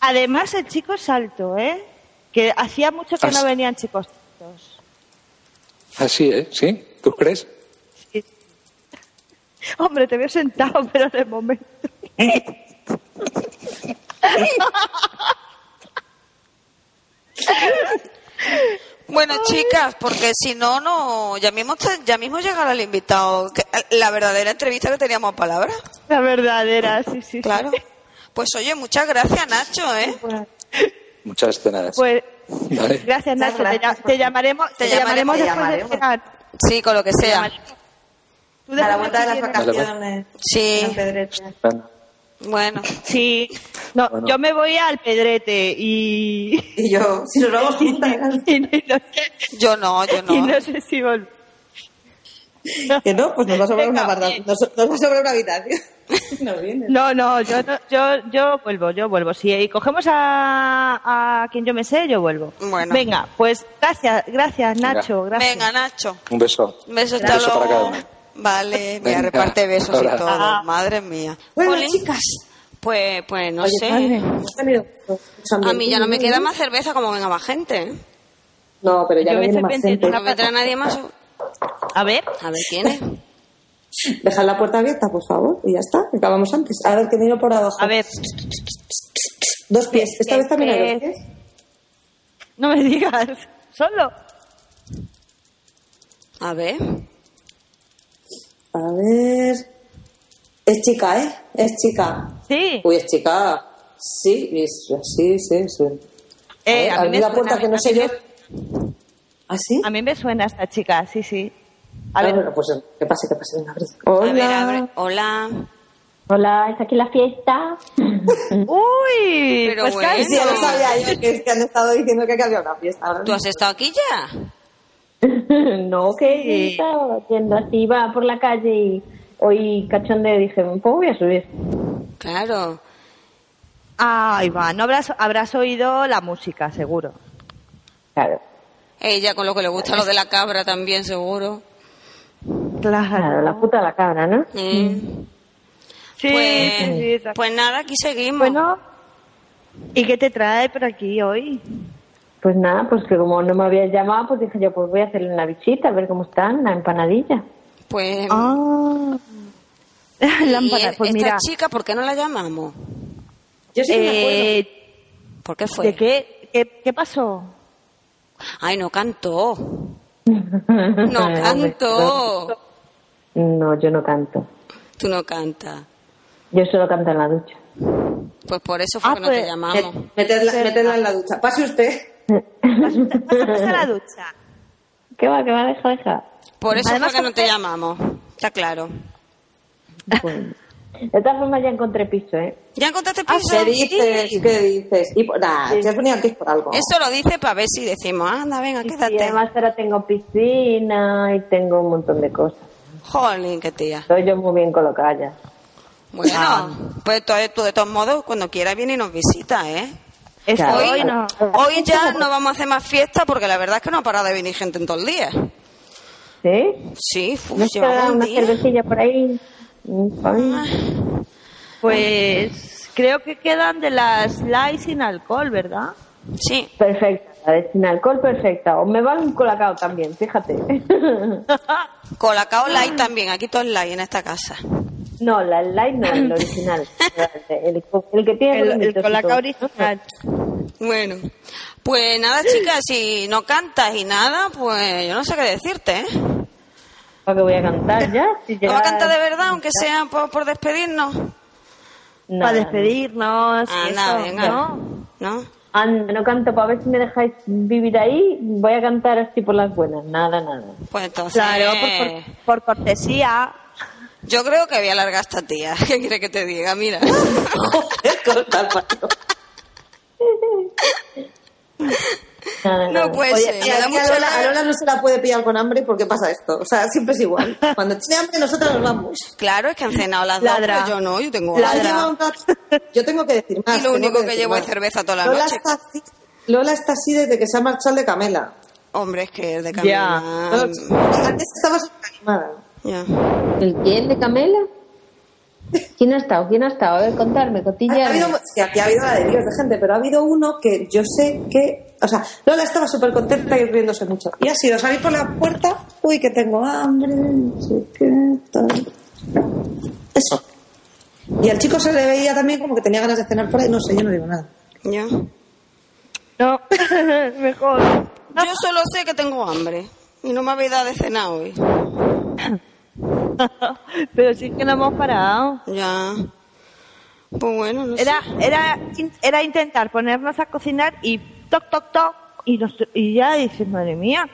Speaker 1: además el chico es alto, ¿eh? Que hacía mucho que
Speaker 10: Ah,
Speaker 1: no
Speaker 10: sí.
Speaker 1: venían chicos altos.
Speaker 10: Así, ¿eh? ¿Sí? ¿Tú crees?
Speaker 1: Sí. Hombre, te veo sentado, pero de momento.
Speaker 2: Bueno, chicas, porque si no, no... Ya mismo, está- ya mismo llegará el invitado. que- eh, La verdadera entrevista que teníamos a palabra.
Speaker 1: La verdadera, sí, sí, sí.
Speaker 2: Claro. Pues oye, muchas gracias, Nacho, ¿eh?
Speaker 10: Muchas escenas.
Speaker 1: Pues,
Speaker 10: Vale.
Speaker 1: gracias, Nacho. Te, lla- te llamaremos,
Speaker 2: Te
Speaker 1: te llamaremos
Speaker 2: llamaremos,
Speaker 1: después de cenar.
Speaker 2: Sí, con lo que
Speaker 1: Te
Speaker 2: sea.
Speaker 1: llamaremos.
Speaker 11: A la Eh, vuelta de las
Speaker 1: A la vuelta.
Speaker 11: vacaciones.
Speaker 2: Sí.
Speaker 11: en Pedrete.
Speaker 2: Bueno,
Speaker 1: Sí, no,
Speaker 10: Bueno.
Speaker 1: yo me voy al Pedrete y...
Speaker 11: Y yo, si nos vamos juntas.
Speaker 1: y no,
Speaker 2: yo no, yo
Speaker 1: y
Speaker 2: no.
Speaker 1: no sé si vol-
Speaker 11: Que no, pues nos va a sobrar
Speaker 1: Venga,
Speaker 11: una barra.
Speaker 1: bien.
Speaker 11: Nos, nos va a sobrar una habitación. Nos viene.
Speaker 1: No, no, yo, no- yo, yo vuelvo, yo vuelvo. Si cogemos a, a quien yo me sé, yo vuelvo.
Speaker 2: Bueno.
Speaker 1: Venga, pues gracias, gracias
Speaker 10: Venga.
Speaker 1: Nacho, gracias.
Speaker 2: Venga, Nacho.
Speaker 10: Un beso.
Speaker 2: Un beso,
Speaker 10: Un
Speaker 2: hasta
Speaker 10: beso para cada
Speaker 2: luego.
Speaker 10: uno.
Speaker 2: Vale, mira,
Speaker 10: Venga,
Speaker 2: reparte besos
Speaker 10: hola.
Speaker 2: y todo.
Speaker 1: Ah.
Speaker 2: Madre mía.
Speaker 11: Bueno,
Speaker 2: Jolín,
Speaker 11: chicas.
Speaker 2: Pues, pues no sé.
Speaker 3: Hemos tenido mucho ambiente.
Speaker 2: A mí ya no me queda más cerveza como venga más gente. ¿eh?
Speaker 3: No, pero ya
Speaker 1: Yo me
Speaker 3: no viene
Speaker 1: estoy
Speaker 3: más
Speaker 1: pendiente
Speaker 3: gente.
Speaker 1: de
Speaker 2: No vendrá nadie más.
Speaker 1: A ver,
Speaker 2: A ver quién es.
Speaker 3: Dejad la puerta abierta, por favor, y ya está. Acabamos antes. A ver, que miro por abajo.
Speaker 1: a ver,
Speaker 3: Dos pies. Esta vez también hay
Speaker 1: Eh,
Speaker 3: dos pies.
Speaker 1: no me digas, solo.
Speaker 2: A ver.
Speaker 3: A ver. Es chica, ¿eh? Es chica.
Speaker 1: Sí,
Speaker 3: Uy, es chica. Sí, es- sí, sí, sí. A
Speaker 1: Eh,
Speaker 3: ver,
Speaker 1: a mí
Speaker 3: abrí
Speaker 1: me
Speaker 3: la
Speaker 1: suena,
Speaker 3: puerta que
Speaker 1: a
Speaker 3: no
Speaker 1: mí
Speaker 3: sé yo.
Speaker 1: me-
Speaker 3: ¿Ah, sí?
Speaker 1: a mí me suena esta chica, sí, sí. A
Speaker 3: Ah,
Speaker 1: ver,
Speaker 3: bueno, pues que pase, que pase. Venga, abrid.
Speaker 2: A ver, abre. Hola.
Speaker 12: Hola, está aquí la fiesta.
Speaker 1: uy,
Speaker 2: Pero
Speaker 1: pues
Speaker 2: bueno.
Speaker 1: casi.
Speaker 3: Sí, ya lo sabía yo, que es que han estado diciendo que había una fiesta. ahora
Speaker 2: ¿Tú
Speaker 3: mismo.
Speaker 2: has estado aquí ya?
Speaker 12: no, que estaba yendo así, iba por la calle y hoy cachondeo dije, ¿cómo voy a subir?
Speaker 2: Claro.
Speaker 1: Ay, va, no habrás, habrás oído la música, seguro.
Speaker 12: Claro,
Speaker 2: Ella con lo que le gusta lo de la cabra también, seguro.
Speaker 12: claro, Ah, la puta la cabra, ¿no?
Speaker 2: Mm.
Speaker 1: Sí,
Speaker 2: Pues,
Speaker 1: sí, exacto.
Speaker 2: pues nada, aquí seguimos.
Speaker 1: Bueno, ¿y qué te trae por aquí hoy?
Speaker 12: Pues nada, pues que como no me habías llamado, pues dije yo, pues voy a hacerle una visita, a ver cómo están, la empanadilla.
Speaker 2: pues.
Speaker 1: Ah,
Speaker 2: ¿y
Speaker 1: lámpara,
Speaker 2: e-
Speaker 1: pues
Speaker 2: esta
Speaker 1: mira.
Speaker 2: chica, ¿por qué no la llamamos?
Speaker 3: Yo sí que me acuerdo.
Speaker 1: eh,
Speaker 2: ¿Por qué fue?
Speaker 1: ¿De qué, qué, qué pasó?
Speaker 2: Ay, no cantó. No cantó.
Speaker 12: No, yo no canto.
Speaker 2: Tú no cantas.
Speaker 12: Yo solo canto en la ducha.
Speaker 2: Pues por eso fue
Speaker 1: Ah,
Speaker 2: que no
Speaker 1: pues,
Speaker 2: te llamamos.
Speaker 11: Meterla, meterla en la ducha. Pase usted.
Speaker 1: Pasamos a la ducha.
Speaker 12: ¿Qué va, qué va? Deja, deja.
Speaker 2: Por eso
Speaker 1: Además,
Speaker 2: fue que no te
Speaker 1: José-
Speaker 2: llamamos. Está claro.
Speaker 12: Bueno. De todas formas ya encontré piso, ¿eh?
Speaker 2: ¿Ya encontraste
Speaker 11: Ah,
Speaker 2: piso?
Speaker 11: ¿Qué dices? ¿Qué dices? Y,
Speaker 3: pues,
Speaker 11: por- nah, te has venido aquí por algo.
Speaker 2: Eso lo dice para ver si decimos, anda, venga,
Speaker 12: Y
Speaker 2: quédate.
Speaker 12: además ahora tengo piscina y tengo un montón de cosas.
Speaker 2: Jolín, qué tía.
Speaker 12: Estoy yo muy bien colocada ya.
Speaker 2: Bueno, pues tú, tú de todos modos, cuando quieras viene y nos visita, ¿eh?
Speaker 1: Eso,
Speaker 12: Claro.
Speaker 2: Hoy,
Speaker 1: hoy no.
Speaker 2: hoy ya no vamos a hacer más fiesta porque la verdad es que no ha parado de venir gente en todo el día.
Speaker 12: ¿Sí?
Speaker 2: Sí, fu,
Speaker 12: ¿No se
Speaker 2: llevamos
Speaker 12: da
Speaker 2: un
Speaker 12: una
Speaker 2: día.
Speaker 12: cervecilla por ahí? Un pan.
Speaker 1: Pues creo que quedan de las light sin alcohol, ¿verdad?
Speaker 2: Sí,
Speaker 12: Perfecta, la de sin alcohol perfecta. O me vale un colacao también, fíjate.
Speaker 2: Colacao Light también, aquí todo es Light en esta casa.
Speaker 12: no, la light no, el original. El, el que tiene
Speaker 1: El, el
Speaker 12: bolitos y
Speaker 1: colacao
Speaker 12: todo.
Speaker 1: original.
Speaker 2: Bueno, pues nada, chicas, si no cantas y nada, pues yo no sé qué decirte, ¿eh?
Speaker 12: ¿Para qué voy a cantar ya? Si
Speaker 2: ¿No
Speaker 12: ya-
Speaker 2: va a cantar de verdad, aunque sea por, por despedirnos?
Speaker 12: Nada,
Speaker 1: para despedirnos. y
Speaker 2: Anda,
Speaker 1: eso,
Speaker 2: Ah, venga.
Speaker 1: ¿no?
Speaker 2: ¿No?
Speaker 12: Anda, no canto para ver si me dejáis vivir ahí. Voy a cantar así por las buenas. Nada, nada.
Speaker 2: Pues entonces...
Speaker 1: Claro, pues, por, por- por cortesía.
Speaker 2: Yo creo que voy a largar esta tía. ¿Qué quiere que te diga? Mira.
Speaker 12: Nada,
Speaker 2: No
Speaker 12: nada.
Speaker 2: puede
Speaker 12: Oye,
Speaker 2: ser.
Speaker 11: Y
Speaker 2: Me Pues, eh, da
Speaker 11: aquí a
Speaker 2: mucha
Speaker 11: Lola, a
Speaker 2: rabia.
Speaker 11: Lola no se la puede pillar con hambre porque pasa esto. O sea, siempre es igual. Cuando tiene hambre, nosotras nos vamos.
Speaker 2: Claro, es que han cenado las dos,
Speaker 1: Ladra.
Speaker 2: pero yo no, yo tengo
Speaker 1: Ladra.
Speaker 11: Ha
Speaker 2: hambre.
Speaker 11: llevado un rato- Yo tengo que decir más.
Speaker 2: Y lo
Speaker 11: tengo
Speaker 2: único que
Speaker 11: decir
Speaker 2: llevo es
Speaker 11: más.
Speaker 2: cerveza toda la
Speaker 11: Lola
Speaker 2: noche.
Speaker 11: Está así, Lola está así desde que se ha marchado el de Camela.
Speaker 2: Hombre, es que es de camino.
Speaker 1: Ya.
Speaker 11: Antes estaba súper animada.
Speaker 2: Ya.
Speaker 12: ¿El quién de Camela? ¿Quién ha estado? ¿Quién ha estado? A ver, contarme,
Speaker 11: Ha,
Speaker 12: cotilla.
Speaker 11: ha habido, sí, aquí ha habido la de Dios de gente, pero ha habido uno que yo sé que. O sea, Lola estaba súper contenta y riéndose mucho. Y ha sido salir por la puerta, uy, que tengo hambre, no sé qué, tal. Eso. Y al chico se le veía también como que tenía ganas de cenar por ahí, no sé, yo no digo nada.
Speaker 2: Ya.
Speaker 1: No, mejor.
Speaker 2: Yo solo sé que tengo hambre. Y no me habéis dado de cenar hoy.
Speaker 1: Pero sí que no hemos parado.
Speaker 2: Ya. Pues bueno, no
Speaker 1: Era,
Speaker 2: sé.
Speaker 1: era, era intentar ponernos a cocinar y toc, toc, toc. Y, nos- y ya dices, madre mía,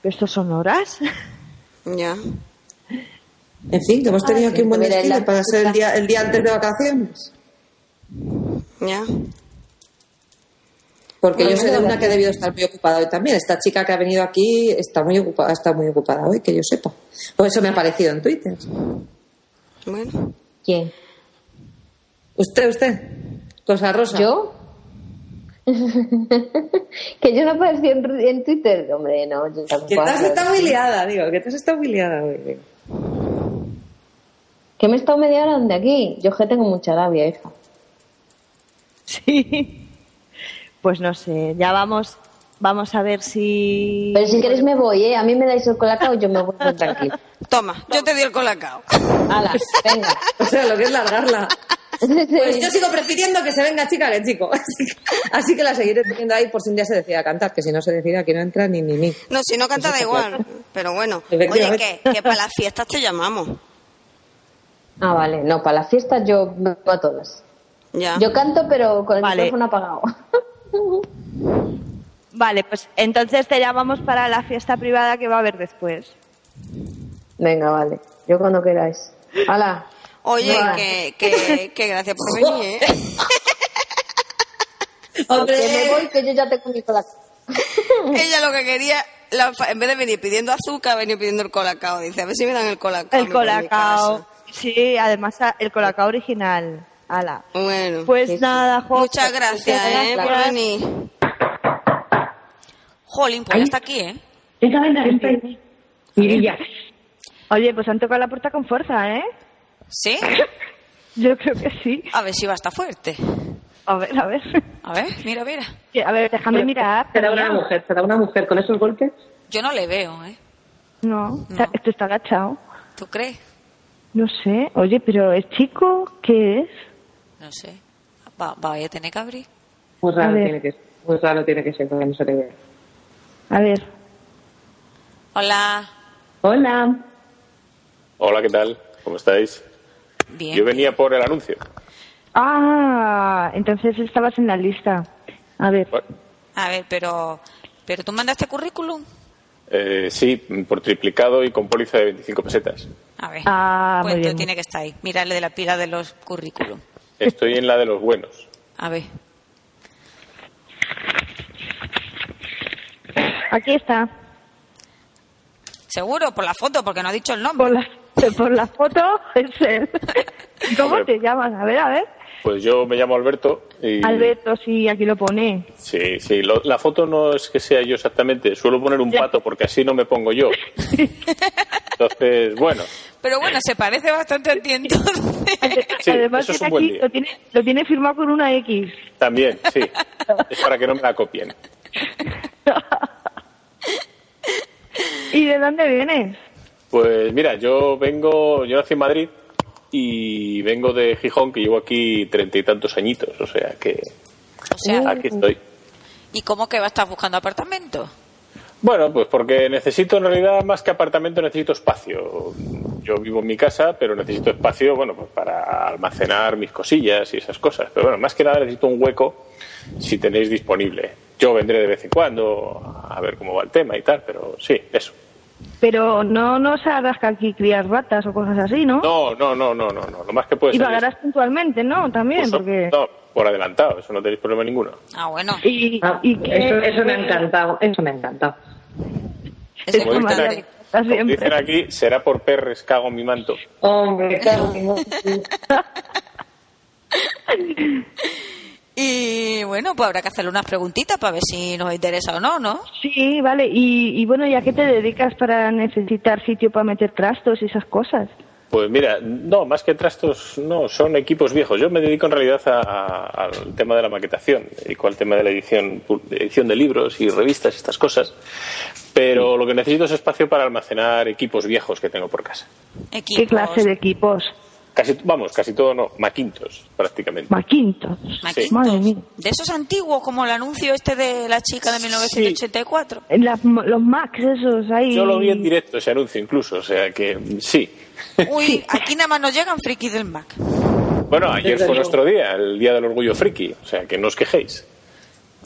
Speaker 1: ¿pero estos son horas.
Speaker 2: Ya.
Speaker 3: En fin, que hemos tenido
Speaker 11: Ay,
Speaker 3: aquí un buen
Speaker 11: de verdad,
Speaker 3: desfile
Speaker 11: la
Speaker 3: para ser el
Speaker 11: puta.
Speaker 3: día, el día antes de vacaciones.
Speaker 2: Ya.
Speaker 3: Porque
Speaker 11: Bueno,
Speaker 3: yo sé de
Speaker 11: de
Speaker 3: una
Speaker 11: verdad.
Speaker 3: que ha debido estar muy ocupada hoy también. Esta chica que ha venido aquí está muy ocupada, está muy ocupada hoy, que yo sepa. Por eso me ha aparecido en Twitter.
Speaker 2: Bueno.
Speaker 12: ¿Quién?
Speaker 3: Usted, usted. Cosa rosa.
Speaker 12: ¿Yo? que yo no aparecí en, en Twitter. Hombre, no, yo tampoco.
Speaker 3: Que estás
Speaker 12: aparezco.
Speaker 3: está muy liada, digo, que estás está muy liada hoy. digo.
Speaker 12: Que me he estado media hora de aquí. Yo que tengo mucha labia, hija.
Speaker 1: Sí. Pues no sé, ya vamos, vamos a ver si.
Speaker 12: Pero si queréis me voy, ¿eh? A mí me dais el colacao y yo me voy con tranquilo.
Speaker 2: Toma, yo te di el colacao.
Speaker 12: Hala, venga.
Speaker 3: O sea, lo que es largarla. Pues
Speaker 12: Sí.
Speaker 3: yo sigo prefiriendo que se venga chica que chico. Así que, así que la seguiré teniendo ahí por si un día se decide a cantar, que si no se decide aquí no entra ni ni ni.
Speaker 2: No, si no canta da igual. Pero bueno. Oye,
Speaker 3: Efectivamente.
Speaker 2: que, que para las fiestas te llamamos.
Speaker 12: Ah, vale. No, para las fiestas yo vengo a todas.
Speaker 2: Ya.
Speaker 12: Yo canto, pero con el
Speaker 1: Vale.
Speaker 12: micrófono apagado.
Speaker 1: Vale, pues entonces te llamamos para la fiesta privada que va a haber después.
Speaker 12: Venga, vale. Yo cuando queráis. Hala.
Speaker 2: Oye,
Speaker 12: Venga.
Speaker 2: que, que, que gracias por venir, ¿eh?
Speaker 3: Hombre,
Speaker 12: Que me voy, que yo ya tengo mi colacao.
Speaker 2: Ella lo que quería, la fa- en vez de venir pidiendo azúcar, venía pidiendo el colacao. Dice, a ver si me dan el colacao.
Speaker 1: El
Speaker 2: me voy a mi
Speaker 1: colacao.
Speaker 2: casa.
Speaker 1: Sí, además a- el colacao original. Ala.
Speaker 2: Bueno,
Speaker 1: Pues
Speaker 12: Sí, sí.
Speaker 1: nada, Jo.
Speaker 2: muchas gracias, ¿eh? Por venir. Jolín, pues ya está aquí, ¿eh?
Speaker 13: Venga, venga, venga. Mirilla.
Speaker 1: Oye, pues han tocado la puerta con fuerza, ¿eh?
Speaker 2: ¿Sí?
Speaker 1: Yo creo que sí.
Speaker 2: A ver si va a estar fuerte.
Speaker 1: A ver, a ver.
Speaker 2: A ver, mira, mira.
Speaker 1: Que- A ver, déjame mirar.
Speaker 13: Será
Speaker 1: mira.
Speaker 13: una mujer, será una mujer con esos golpes.
Speaker 2: Yo no le veo, ¿eh?
Speaker 1: No, está- esto está agachado.
Speaker 2: ¿Tú crees?
Speaker 1: No sé. Oye, pero ¿es chico? ¿Qué es?
Speaker 2: No sé. Va, va- voy a tener que abrir.
Speaker 13: Muy
Speaker 1: A
Speaker 13: raro
Speaker 1: ver.
Speaker 13: tiene que ser. Muy raro tiene que ser que no se le vea.
Speaker 1: A ver.
Speaker 2: Hola.
Speaker 13: Hola.
Speaker 14: Hola, ¿qué tal? ¿Cómo estáis?
Speaker 2: Bien.
Speaker 14: Yo venía por el anuncio.
Speaker 1: Ah, entonces estabas en la lista. A ver.
Speaker 2: A ver, pero, pero tú mandaste currículum.
Speaker 14: Eh, sí, por triplicado y con póliza de 25 pesetas.
Speaker 2: A ver.
Speaker 1: Ah, muy
Speaker 2: Pues
Speaker 1: bien.
Speaker 2: tiene que estar ahí. Mírale de la pila de los currículum.
Speaker 14: Estoy en la de los buenos.
Speaker 2: A ver.
Speaker 1: Aquí está.
Speaker 2: Seguro, por la foto, porque no ha dicho el nombre.
Speaker 1: Por la, por la foto es él. ¿Cómo te llamas? A ver, a ver.
Speaker 14: Pues yo me llamo Alberto y...
Speaker 1: Alberto, sí, aquí lo pone.
Speaker 14: Sí, sí. lo- la foto no es que sea yo exactamente. Suelo poner un pato porque así no me pongo yo. Entonces, bueno.
Speaker 2: Pero bueno, se parece bastante a ti entonces.
Speaker 14: Sí,
Speaker 1: Además,
Speaker 14: eso es
Speaker 1: tiene
Speaker 14: un buen
Speaker 1: aquí,
Speaker 14: día.
Speaker 1: lo tiene, lo tiene firmado con una X.
Speaker 14: También, sí. Es para que no me la copien.
Speaker 1: ¿Y de dónde vienes?
Speaker 14: Pues mira, yo vengo, yo nací en Madrid y vengo de Gijón, que llevo aquí treinta y tantos añitos, o sea que
Speaker 2: O sea,
Speaker 14: aquí estoy.
Speaker 2: ¿y cómo que va a estar buscando apartamento?
Speaker 14: Bueno, pues porque necesito en realidad más que apartamento, necesito espacio. Yo vivo en mi casa, pero necesito espacio, bueno, pues para almacenar mis cosillas y esas cosas. Pero bueno, más que nada necesito un hueco si tenéis disponible. Yo vendré de vez en cuando a ver cómo va el tema y tal, pero sí, eso.
Speaker 1: Pero no nos harás que aquí criar ratas o cosas así, ¿no?
Speaker 14: No, no, no, no, no, no. Lo más que puede
Speaker 1: y
Speaker 14: ser.
Speaker 1: pagarás puntualmente, ¿no? También,
Speaker 14: Justo-
Speaker 1: porque...
Speaker 14: No, por adelantado, eso no tenéis problema ninguno.
Speaker 2: Ah, bueno.
Speaker 1: Y,
Speaker 13: Ah,
Speaker 1: y que-
Speaker 13: eso, eso me ha encantado, eso me ha encantado.
Speaker 2: Ese
Speaker 14: Como dicen
Speaker 2: comentario.
Speaker 14: aquí,
Speaker 1: Pues Está
Speaker 14: como
Speaker 1: siempre.
Speaker 14: dicen aquí, será por perres, cago en mi manto.
Speaker 13: Hombre, claro. que no.
Speaker 2: Y bueno, pues habrá que hacerle unas preguntitas para ver si nos interesa o no, ¿no?
Speaker 1: Sí, vale. Y, y bueno, ¿y a qué te dedicas para necesitar sitio para meter trastos y esas cosas?
Speaker 14: Pues mira, no, más que trastos, no, son equipos viejos. Yo me dedico en realidad a- a- al tema de la maquetación, me dedico al tema de la edición, pu- edición de libros y revistas, estas cosas. Pero lo que necesito es espacio para almacenar equipos viejos que tengo por casa.
Speaker 2: Equipos.
Speaker 1: ¿Qué clase de equipos?
Speaker 14: Casi, vamos, casi todo no, maquintos, prácticamente.
Speaker 1: Maquintos.
Speaker 2: Maquintos.
Speaker 1: Madre mía.
Speaker 2: De esos antiguos, como el anuncio este de la chica de 1984.
Speaker 1: Las- los Macs esos ahí.
Speaker 14: Yo lo vi en directo ese anuncio incluso, o sea que mm, sí.
Speaker 2: Uy, aquí nada más nos llegan frikis del Mac.
Speaker 14: Bueno, ayer
Speaker 13: Desde
Speaker 14: fue
Speaker 13: luego.
Speaker 14: nuestro día, el Día del Orgullo Friki, o sea que no os quejéis.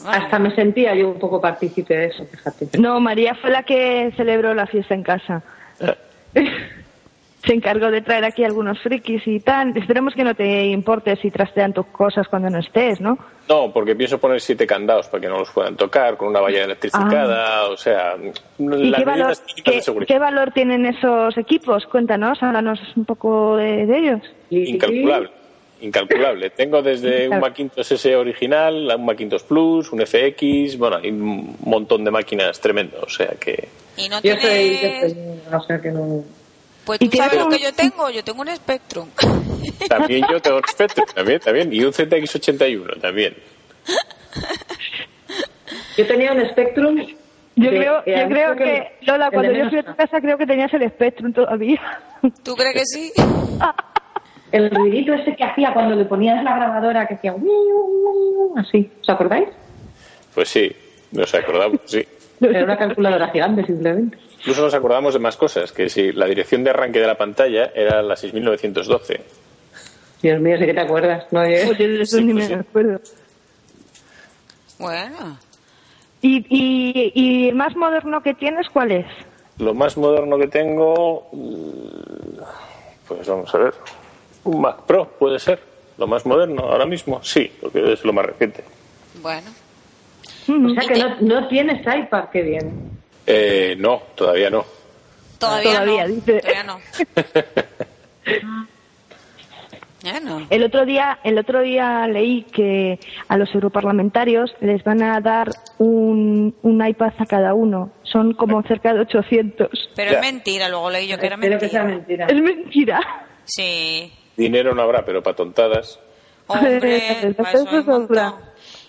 Speaker 13: Hasta me sentía yo un poco partícipe de eso, fíjate.
Speaker 14: Eh.
Speaker 1: No, María fue la que celebró la fiesta en casa.
Speaker 13: se encargó de traer aquí algunos frikis y tal. Esperemos que no te importe si trastean tus cosas cuando no estés, ¿no?
Speaker 14: No, porque pienso poner siete candados para que no los puedan tocar, con una valla electrificada, o sea,
Speaker 13: Ah. ¿Y
Speaker 14: las
Speaker 13: qué valor,
Speaker 14: medidas típicas
Speaker 13: qué,
Speaker 14: de seguridad.
Speaker 13: qué valor tienen esos equipos? Cuéntanos, háblanos un poco de, de ellos.
Speaker 14: Incalculable. Incalculable. Tengo desde un
Speaker 13: Claro.
Speaker 14: Macintosh S original, un Macintosh Plus, un FX, bueno, hay un montón de máquinas tremendo, o sea que...
Speaker 2: Y no
Speaker 3: Yo
Speaker 2: tiene...
Speaker 3: soy, yo soy- o sea que no...
Speaker 2: Pues tú sabes lo que yo tengo, yo tengo un Spectrum.
Speaker 14: También yo tengo respeto, también, también. Y un ZX81 también.
Speaker 3: Yo tenía un Spectrum.
Speaker 13: Yo
Speaker 3: de-
Speaker 13: creo,
Speaker 3: de
Speaker 13: yo creo
Speaker 3: Ángel,
Speaker 13: que, Lola,
Speaker 3: el
Speaker 13: cuando
Speaker 3: de
Speaker 13: yo fui a tu casa creo que tenías el Spectrum todavía.
Speaker 2: ¿Tú crees que sí?
Speaker 3: El ruidito ese que hacía cuando le ponías la grabadora que hacía... Así, ¿os acordáis?
Speaker 14: Pues sí, nos acordamos, sí.
Speaker 3: Era una calculadora gigante simplemente.
Speaker 14: Incluso nos acordamos de más cosas, que si la dirección de arranque de la pantalla era la 6912.
Speaker 3: Dios mío, sé que te acuerdas. No, yo...
Speaker 13: Pues yo de eso ni me acuerdo.
Speaker 2: Bueno.
Speaker 13: ¿Y, y, ¿Y el más moderno que tienes cuál es?
Speaker 14: Lo más moderno que tengo, pues vamos a ver, un Mac Pro puede ser, lo más moderno ahora mismo, sí, porque es lo más reciente.
Speaker 2: Bueno.
Speaker 13: Mm.
Speaker 3: O sea que no, no tienes iPad, qué bien.
Speaker 14: Eh, no, todavía no.
Speaker 2: Todavía, no.
Speaker 13: Todavía, dice.
Speaker 2: Todavía no. Bueno.
Speaker 13: El otro día, el otro día leí que a los europarlamentarios les van a dar un, un iPad a cada uno. Son como cerca de 800.
Speaker 2: Pero es mentira, luego leí yo que era mentira.
Speaker 13: Es mentira.
Speaker 2: Sí.
Speaker 14: Dinero no habrá, pero para tontadas.
Speaker 2: Hombre, para eso hay un montón.
Speaker 13: sobra.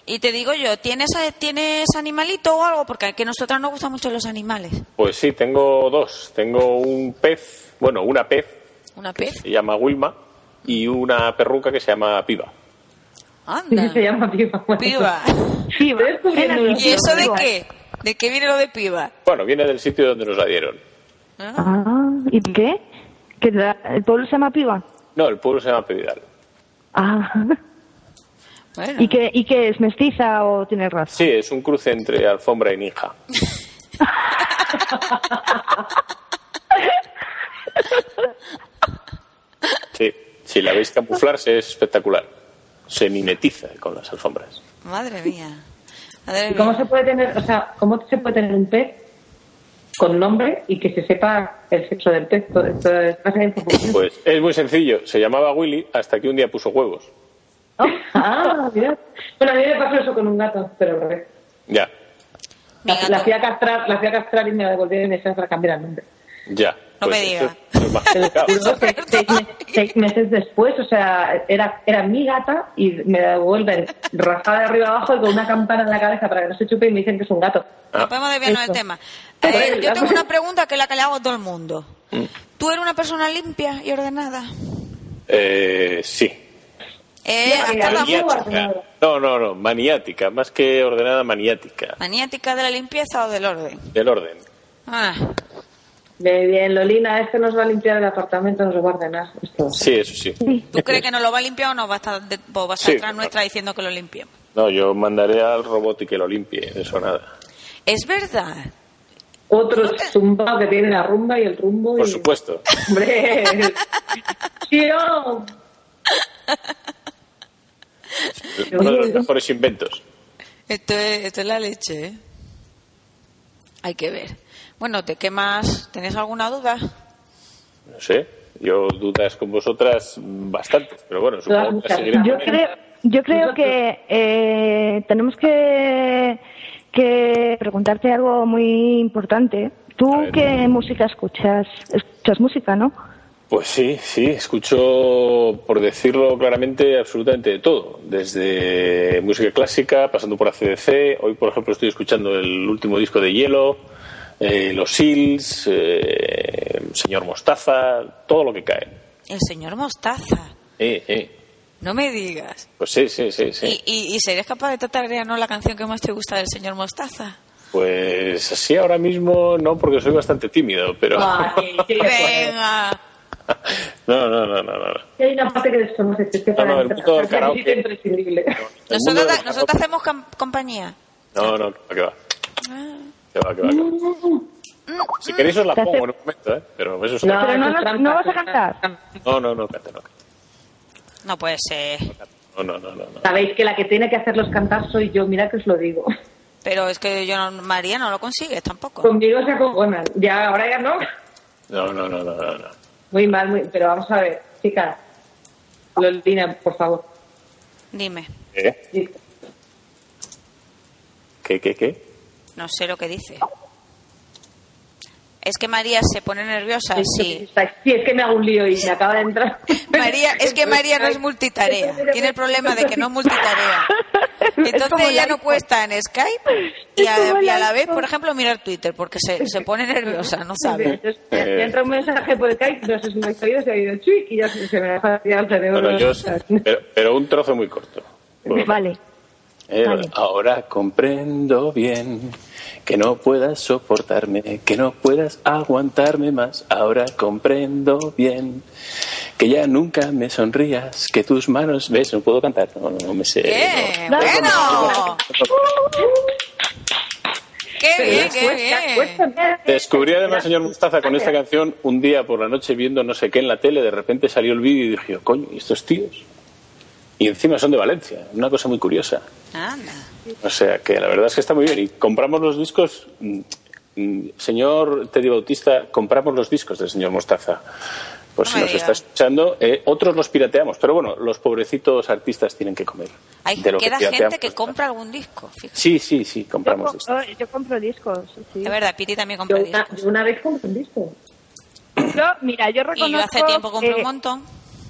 Speaker 2: Y te digo yo, ¿tienes, ¿tienes animalito o algo? Porque a que nosotras nos gustan mucho los animales.
Speaker 14: Pues sí, tengo dos. Tengo un pez, bueno, una pez
Speaker 2: ¿Una
Speaker 14: que
Speaker 2: pez?
Speaker 14: se llama Wilma y una perruca que se llama Piva.
Speaker 2: Anda.
Speaker 3: Se llama Piva.
Speaker 2: Piba.
Speaker 13: Piva.
Speaker 2: ¿Y eso de qué? ¿De qué viene lo de piba?
Speaker 14: Bueno, viene del sitio donde nos la dieron.
Speaker 13: Ah, ¿y qué? ¿Que la- el pueblo se llama Piva?
Speaker 14: No, el pueblo se llama Pedidal.
Speaker 13: Ah. ¿Y qué, ¿Y qué es? ¿Mestiza o tiene raza?
Speaker 14: Sí, es un cruce entre alfombra y ninja. Sí, si la veis camuflarse es espectacular. Se mimetiza con las alfombras.
Speaker 2: Madre mía. Madre
Speaker 3: ¿Y cómo
Speaker 2: mía.
Speaker 3: se puede tener, o sea, cómo se puede tener un pez con nombre y que se sepa el sexo del pez? Todo Esto es más bien como-
Speaker 14: Pues es muy sencillo. Se llamaba Willy hasta que un día puso huevos.
Speaker 3: Ah, mira. Bueno, a mí me pasó eso con un gato, pero al revés.
Speaker 14: Ya,
Speaker 3: La, la fui a castrar, la fui a castrar y me la devolvieron y me dijeron para cambiar el nombre.
Speaker 14: ya.
Speaker 3: No
Speaker 14: Pues
Speaker 3: me
Speaker 14: eso
Speaker 3: digas.
Speaker 14: es más complicado.
Speaker 3: Seis, meses- seis meses después, o sea, era, era mi gata y me la devuelven rajada de arriba abajo y con una campana en la cabeza para que no se chupe y me dicen que es un gato.
Speaker 2: No
Speaker 14: Ah,
Speaker 2: podemos desviarnos del
Speaker 3: Eso.
Speaker 2: tema. Eh, yo tengo una pregunta que es la que le hago a todo el mundo. ¿Tú eres una persona limpia y ordenada?
Speaker 14: Eh, sí.
Speaker 2: Eh, hasta la
Speaker 14: Maniática. No, no, no. Maniática. Más que ordenada, maniática.
Speaker 2: ¿Maniática de la limpieza o del orden?
Speaker 14: Del orden.
Speaker 2: Ah,
Speaker 3: Muy bien, Lolina, este nos va a limpiar el apartamento, nos lo va a ordenar. Esto.
Speaker 14: Sí, eso sí.
Speaker 2: ¿Tú crees que nos lo va a limpiar o nos va a estar, de- o va a estar
Speaker 14: Sí.
Speaker 2: detrás nuestra diciendo que lo limpiemos?
Speaker 14: No, yo mandaré al robot y que lo limpie. de Eso nada.
Speaker 2: Es verdad.
Speaker 3: Otro zumbao que tiene la rumba y el rumbo.
Speaker 14: Por
Speaker 3: y-
Speaker 14: supuesto.
Speaker 3: ¡Hombre! ¡Sí, no!
Speaker 14: Uno de los mejores inventos.
Speaker 2: Esto es, esto es la leche, ¿eh? Hay que ver. Bueno, ¿de qué más? ¿Tenés alguna duda?
Speaker 14: No sé. Yo dudas con vosotras bastantes. Pero bueno, supongo que seguiré.
Speaker 13: Yo creo, yo creo que eh, tenemos que, que preguntarte algo muy importante. ¿Tú qué música escuchas? Escuchas música, ¿no?
Speaker 14: Pues sí, sí, escucho, por decirlo claramente, absolutamente de todo. Desde música clásica, pasando por ACDC. Hoy, por ejemplo, estoy escuchando el último disco de Hielo, eh, Los Seals, eh, Señor Mostaza, todo lo que cae.
Speaker 2: El señor Mostaza.
Speaker 14: Eh, eh.
Speaker 2: No me digas.
Speaker 14: Pues sí, sí, sí, sí.
Speaker 2: ¿Y, y, y serías capaz de tatarearnos la canción que más te gusta del señor Mostaza?
Speaker 14: Pues así ahora mismo no, porque soy bastante tímido, pero...
Speaker 3: Ah,
Speaker 14: pues, eh,
Speaker 2: Venga.
Speaker 14: No, no, no, no, no.
Speaker 3: Y Hay una parte que desconoces, que es que
Speaker 14: No, no, el
Speaker 3: entrar,
Speaker 14: mundo del
Speaker 3: es la visita
Speaker 14: karaoke.
Speaker 3: imprescindible.
Speaker 14: El mundo del
Speaker 2: Nosotros, te- nosotros te hacemos cam- compañía.
Speaker 14: No, no, que va, que va. Que va, que va, que va.
Speaker 2: Mm,
Speaker 14: Si queréis os la
Speaker 13: Te hace-
Speaker 14: pongo en un momento, ¿eh? Pero eso es
Speaker 13: No,
Speaker 14: otra
Speaker 13: pero no,
Speaker 14: cosa.
Speaker 13: nos- no vas a cantar.
Speaker 14: No, no, no, canta, no, canta.
Speaker 2: No puede ser.
Speaker 14: no, no, no, no, no.
Speaker 3: Sabéis que la que tiene que hacerlos cantar soy yo, mira que os lo digo.
Speaker 2: Pero es que yo no- María no lo consigue tampoco.
Speaker 3: Conmigo se acogonan. Ya, ahora ya no.
Speaker 14: No, no, no, no, no, no.
Speaker 3: Muy mal, muy... pero vamos a ver, chica. Lolina, por favor.
Speaker 2: Dime,
Speaker 14: ¿Qué? ¿Eh? ¿Qué, qué, qué?
Speaker 2: no sé lo que dice. Es que María se pone nerviosa si...
Speaker 3: Sí, es que me hago un lío y me acaba de entrar.
Speaker 2: María, es que María no es multitarea. Tiene el problema de que no es multitarea. Entonces ella no puede estar en Skype y a, y a la vez, por ejemplo, mirar Twitter porque se, se pone nerviosa, no sabe.
Speaker 14: Eh.
Speaker 3: Me entra un mensaje por el Skype, no sé si me ha oído, se ha oído chuic y ya se se me ha fastidiado el cerebro.
Speaker 14: Bueno, yo, pero, pero un trozo muy corto. Bueno,
Speaker 13: Vale.
Speaker 14: eh,
Speaker 13: vale.
Speaker 14: Ahora comprendo bien que no puedas soportarme, que no puedas aguantarme más. Ahora comprendo bien que ya nunca me sonrías, que tus manos... ¿Ves? No puedo cantar. No, no, no me sé.
Speaker 2: ¡Bien!
Speaker 14: no.
Speaker 2: ¡Bueno! ¡Qué
Speaker 14: Pero
Speaker 2: bien,
Speaker 14: ya
Speaker 2: qué bien!
Speaker 14: Descubrí además, señor Mustafa, con esta canción, un día por la noche viendo no sé qué en la tele, de repente salió el vídeo y dije, coño, ¿y estos tíos? Y encima son de Valencia, una cosa muy curiosa.
Speaker 2: Anda.
Speaker 14: O sea, que la verdad es que está muy bien. Y compramos los discos, mm, mm, señor Teddy Bautista, compramos los discos del señor Mostaza. Pues
Speaker 2: No
Speaker 14: si
Speaker 2: me
Speaker 14: nos
Speaker 2: digas.
Speaker 14: está escuchando, eh, otros los pirateamos, pero bueno, los pobrecitos artistas tienen que comer.
Speaker 2: Hay,
Speaker 14: de lo
Speaker 2: queda
Speaker 14: que pirateamos.
Speaker 2: gente que compra algún disco. fíjate.
Speaker 14: Sí, sí, sí, compramos discos.
Speaker 13: Yo, yo compro discos. Sí.
Speaker 2: Es verdad, Piri también compra discos.
Speaker 3: una vez compré un disco.
Speaker 13: Yo, mira, yo reconozco.
Speaker 2: Y yo hace tiempo compré
Speaker 13: que-
Speaker 1: eh,
Speaker 2: un montón.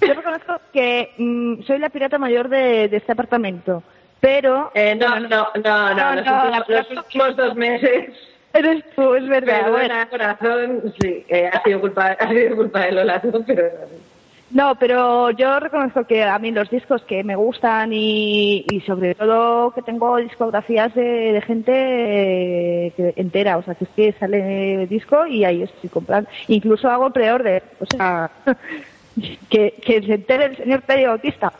Speaker 13: Yo reconozco que mm, soy la pirata mayor de, de este apartamento, pero...
Speaker 3: Eh, no, no, no, no,
Speaker 13: no,
Speaker 3: los últimos- los últimos dos meses...
Speaker 13: Eres tú, es verdad. bueno.
Speaker 3: Perdona, corazón, sí, eh, ha, sido culpa, ha sido culpa de Lola, tú, pero...
Speaker 13: No, pero yo reconozco que a mí los discos que me gustan y, y sobre todo que tengo discografías de, de gente eh, que- entera, o sea, que es que sale el disco y ahí estoy comprando. Incluso hago pre-order, o sea, que, que se entere el señor Pedro Bautista.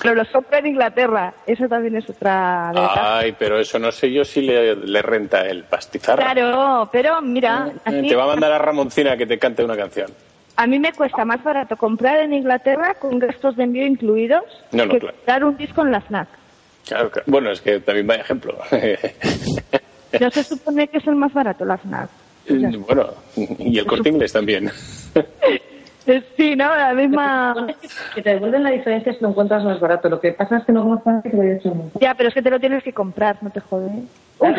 Speaker 13: Pero los compro en Inglaterra, eso también es otra verdad.
Speaker 14: Ay, pero eso no sé yo si le, le renta el pastizarra.
Speaker 13: Claro, pero mira, a
Speaker 14: Eh,
Speaker 13: mí,
Speaker 14: Te va a mandar a Ramoncina que te cante una canción.
Speaker 13: a mí me cuesta más barato comprar en Inglaterra con gastos de envío incluidos
Speaker 14: No, no,
Speaker 13: que
Speaker 14: claro.
Speaker 13: comprar un disco en la FNAC.
Speaker 14: Claro, claro. Bueno, es que también vaya ejemplo.
Speaker 13: No se supone que es el más barato la FNAC.
Speaker 14: bueno, y el corte inglés también.
Speaker 13: Eh, Sí, ¿no? La misma...
Speaker 3: Que te devuelven la diferencia si lo encuentras más barato. Lo que pasa es que no conozco a nadie que lo haya hecho Ah, nunca.
Speaker 13: Ya, pero es que te lo tienes que comprar, no te jode. Uy,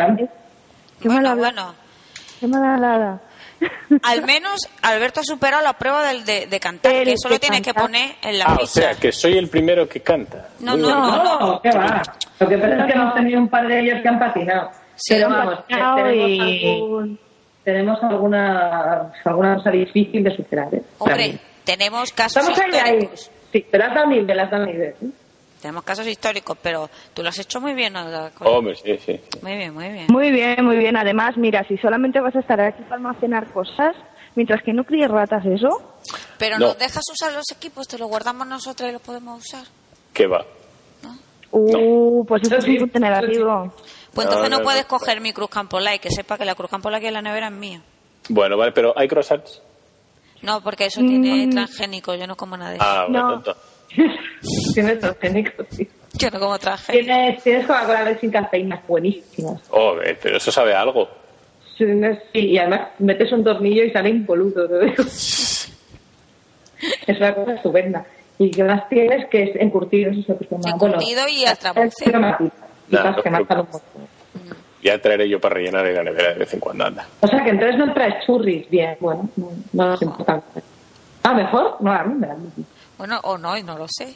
Speaker 13: qué mala
Speaker 2: bueno.
Speaker 13: Qué mala hablada.
Speaker 2: Al menos Alberto ha superado la prueba del, de, de cantar, que eso lo tienes que poner en la
Speaker 14: Ah, o
Speaker 2: ficha.
Speaker 14: sea, que soy el primero que canta.
Speaker 2: No,
Speaker 14: Muy
Speaker 2: no,
Speaker 14: bien.
Speaker 2: no, no.
Speaker 3: ¿Qué va? Lo que pasa es que hemos tenido un par de ellos que han patinado.
Speaker 2: Sí,
Speaker 3: pero
Speaker 2: han
Speaker 3: vamos,
Speaker 2: patinado
Speaker 3: tenemos,
Speaker 2: y-
Speaker 3: algún- tenemos alguna, alguna cosa difícil de superar. ¿eh?
Speaker 2: Hombre, tenemos casos
Speaker 3: Estamos ahí, ahí.
Speaker 2: históricos.
Speaker 3: Sí, pero has dado nivel, has dado nivel.
Speaker 2: Tenemos casos históricos, pero tú lo has hecho muy bien. Olga.
Speaker 14: Hombre, sí, sí. sí.
Speaker 2: Muy bien, muy bien.
Speaker 13: Muy bien, muy bien. Además, mira, si solamente vas a estar aquí para almacenar cosas, mientras que no críes ratas eso...
Speaker 2: Pero
Speaker 14: No.
Speaker 2: nos dejas usar los equipos, te los guardamos nosotros y los podemos usar.
Speaker 14: ¿Qué va?
Speaker 13: Uh, pues eso es un punto negativo.
Speaker 2: Pues
Speaker 14: No,
Speaker 2: entonces no,
Speaker 14: no,
Speaker 2: puedes
Speaker 14: no.
Speaker 2: coger mi Cruz Campola y que sepa que la Cruz Campola que hay en la nevera es mía.
Speaker 14: Bueno, vale, pero ¿hay croissants?
Speaker 2: No, porque
Speaker 13: Mm.
Speaker 2: eso tiene transgénico, yo no como nada de eso.
Speaker 14: Ah, bueno, tonto.
Speaker 3: Tienes transgénico, sí.
Speaker 2: Yo no como transgénico.
Speaker 3: Tienes, tienes Coca-Cola de sin cafeína, buenísima.
Speaker 14: Hombre, pero eso sabe a algo.
Speaker 3: Sí, no, sí, y además metes un tornillo y sale impoluto. te lo digo. es una cosa estupenda. Y que las tienes que es encurtido, eso es lo que se llama.
Speaker 2: Encurtido y al trabuce.
Speaker 3: es cromatita, y
Speaker 14: Nah,
Speaker 3: las
Speaker 14: no
Speaker 3: que
Speaker 14: creo-
Speaker 3: matan un montón.
Speaker 14: Ya traeré yo para rellenar en la nevera de vez en cuando, anda.
Speaker 3: O sea que entonces no traes churris, bien, bueno, no, no nos importa. Ah, mejor, no, a mí me da lo mismo.
Speaker 2: Bueno, o no, y no lo sé.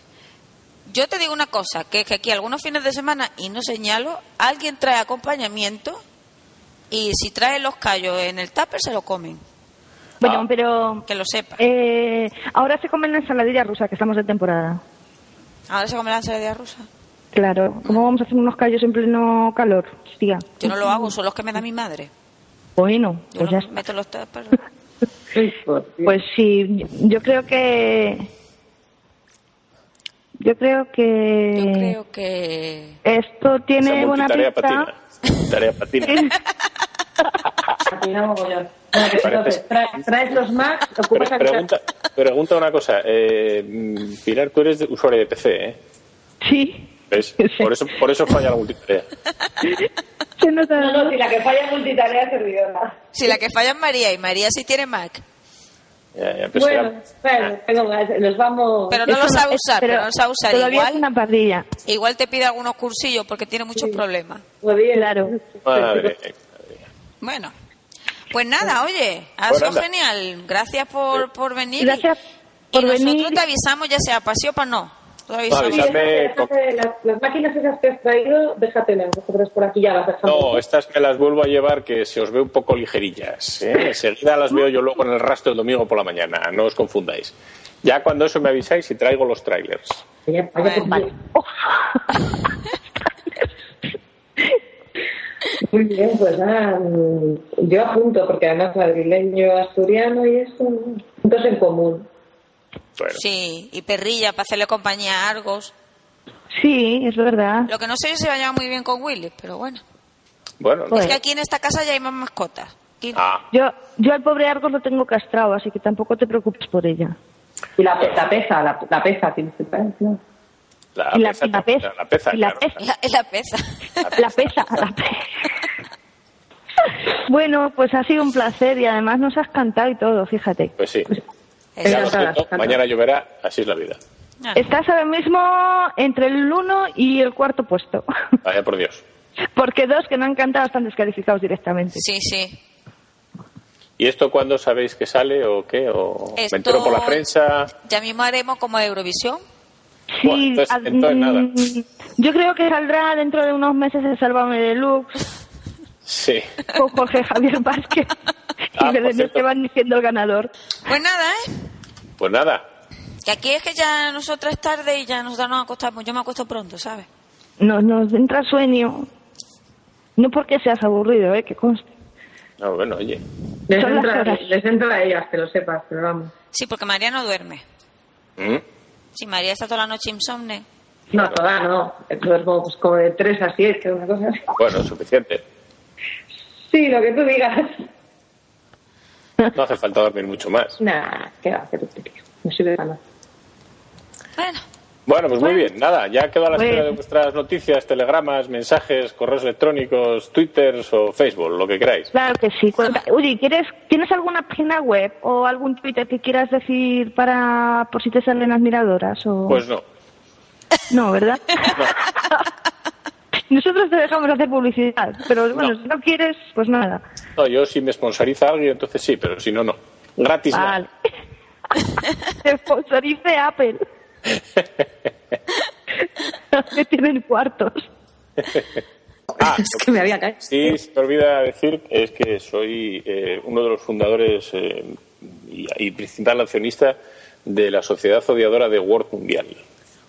Speaker 2: Yo te digo una cosa, que es que aquí algunos fines de semana, y no señalo, alguien trae acompañamiento y si trae los callos en el tupper se lo comen.
Speaker 13: Bueno,
Speaker 3: Ah.
Speaker 13: pero...
Speaker 2: Que lo sepa.
Speaker 13: Eh, ahora se come la ensaladilla rusa, que estamos de temporada.
Speaker 2: Ahora se come la ensalada rusa.
Speaker 13: Claro. ¿Cómo vamos a hacer unos callos en pleno calor? Hostia.
Speaker 2: Yo no lo hago, son los que me da mi madre.
Speaker 13: Bueno,
Speaker 2: Yo
Speaker 13: pues ya
Speaker 2: no
Speaker 13: está.
Speaker 2: meto los tuppers.
Speaker 13: Pues sí, yo creo que. Yo creo que.
Speaker 2: Yo creo que...
Speaker 13: Esto
Speaker 14: Esa
Speaker 13: tiene buena
Speaker 14: multitarea
Speaker 13: pinta.
Speaker 14: patina. Tarea patina.
Speaker 3: Patina mogollón. Bueno, que
Speaker 14: Pareces-
Speaker 3: entonces, tra- traes los Macs, ocupas
Speaker 14: Pre-
Speaker 3: la habitación.
Speaker 14: pregunta, pregunta una cosa. Eh, mm, Pilar, tú eres de- usuaria de PC, ¿eh?
Speaker 13: Sí.
Speaker 14: ¿Ves? Por eso, por eso falla la multitarea.
Speaker 3: No, no, si la que falla es multitarea es servidora.
Speaker 2: Si la que falla es María y María sí tiene Mac.
Speaker 14: Ya, pues ya, pero
Speaker 3: Bueno,
Speaker 14: será-
Speaker 3: bueno, tengo más,
Speaker 13: pues,
Speaker 3: los vamos...
Speaker 2: Pero no
Speaker 3: Esto
Speaker 2: lo sabe
Speaker 3: es-
Speaker 2: usar, pero,
Speaker 3: pero
Speaker 2: no lo sabe usar.
Speaker 13: Todavía
Speaker 2: Igual,
Speaker 13: es una parrilla.
Speaker 2: igual te pide algunos cursillos porque tiene muchos problemas.
Speaker 13: Claro.
Speaker 14: Madre.
Speaker 2: Bueno, pues nada, oye, ha
Speaker 14: Bueno,
Speaker 2: sido
Speaker 14: anda. Eh,
Speaker 2: genial. Gracias por, por venir. y-
Speaker 13: Gracias
Speaker 2: y
Speaker 13: por
Speaker 2: nosotros
Speaker 13: venir.
Speaker 2: te avisamos, ya sea paseo para no. Te avisamos.
Speaker 3: Sí, déjate, déjate las, las máquinas esas que has traído, déjatelas, vosotros por aquí ya las dejamos.
Speaker 14: No, estas me las vuelvo a llevar que se os ve un poco ligerillas. ¿eh? Enseguida las veo yo luego en el rastro el domingo por la mañana, no os confundáis. Ya cuando eso me avisáis y traigo los trailers.
Speaker 3: Muy bien, pues nada, mm, yo apunto, porque además madrileño, asturiano y eso, ¿no? puntos en común.
Speaker 2: Sí, y perrilla para hacerle compañía a Argos.
Speaker 13: Sí, es verdad.
Speaker 2: Lo que no sé si se va a llevar muy bien con Willy, pero bueno.
Speaker 14: Bueno,
Speaker 13: Pues,
Speaker 2: Es que aquí en esta casa ya hay más mascotas. Aquí-
Speaker 14: Ah.
Speaker 13: Yo, yo al pobre Argos lo tengo castrado, así que tampoco te preocupes por ella.
Speaker 3: Y la, la pesa, la, la pesa, tienes que traer, ¿no?
Speaker 14: La
Speaker 13: Y la- pesa, y la pesa,
Speaker 14: la pesa,
Speaker 13: y la
Speaker 14: claro.
Speaker 13: pesa.
Speaker 2: La, la pesa.
Speaker 13: La pesa, la pesa. Bueno, pues ha sido un placer y además nos has cantado y todo, fíjate.
Speaker 14: Pues sí.
Speaker 13: Eso
Speaker 14: Ya lo
Speaker 13: está,
Speaker 14: siento,
Speaker 13: está.
Speaker 14: mañana lloverá, así es la vida.
Speaker 13: Estás ahora mismo entre el 1 y el cuarto puesto.
Speaker 14: Vaya por Dios.
Speaker 13: Porque dos que no han cantado están descalificados directamente.
Speaker 2: Sí, sí.
Speaker 14: ¿Y esto cuándo sabéis que sale o qué? ¿O
Speaker 2: Esto-
Speaker 14: me entero por la prensa?
Speaker 2: Ya mismo haremos como Eurovisión.
Speaker 13: Sí,
Speaker 14: Bueno, entonces-
Speaker 13: al-
Speaker 14: entonces nada.
Speaker 13: mm, yo creo que saldrá dentro de unos meses el Sálvame Deluxe
Speaker 14: Sí.
Speaker 13: con Jorge Javier Vázquez
Speaker 14: Ah,
Speaker 13: y
Speaker 14: por
Speaker 13: Belén
Speaker 14: cierto.
Speaker 13: Esteban diciendo el ganador.
Speaker 2: Pues nada, ¿eh?
Speaker 14: Pues nada,
Speaker 2: Que aquí es que ya nosotras es tarde y ya nos da nos acostamos. Yo me acuesto pronto, ¿sabes?
Speaker 13: Nos, nos entra sueño. No porque seas aburrido, ¿eh? que conste.
Speaker 14: no, bueno, oye.
Speaker 3: Les
Speaker 13: Son las
Speaker 3: entra,
Speaker 13: horas.
Speaker 3: les entra a ellas, que lo sepas, pero vamos.
Speaker 2: Sí, porque María no duerme.
Speaker 14: ¿Mm?
Speaker 2: Si María está toda la noche insomne.
Speaker 3: No, toda no, duermo pues, como de 3 a 7, una cosa así.
Speaker 14: Bueno, suficiente.
Speaker 3: Sí, lo que tú digas.
Speaker 14: No hace falta dormir mucho más.
Speaker 3: Nah, qué va, qué tontería. No sirve de nada.
Speaker 14: Bueno, pues muy bien. Nada, ya quedo a la
Speaker 3: Muy
Speaker 14: espera de
Speaker 3: bien.
Speaker 14: vuestras noticias, telegramas, mensajes, correos electrónicos, twitters o Facebook, lo que queráis.
Speaker 13: Claro que sí. cuenta. Oye, ¿quieres, ¿tienes alguna página web o algún Twitter que quieras decir para por si te salen las miradoras? O...
Speaker 14: Pues no.
Speaker 13: No, ¿verdad? Nosotros te dejamos hacer publicidad, pero bueno, si no quieres, pues nada.
Speaker 14: No, yo si me sponsoriza alguien, entonces sí, pero si no, no. Gratis. nada.
Speaker 13: Vale. Te sponsorice Apple. que tienen cuartos.
Speaker 14: Ah,
Speaker 15: Es que me había caído.
Speaker 14: Sí, se me olvida decir es que soy eh, uno de los fundadores eh, y, y principal accionista de la Sociedad Odiadora de Word Mundial.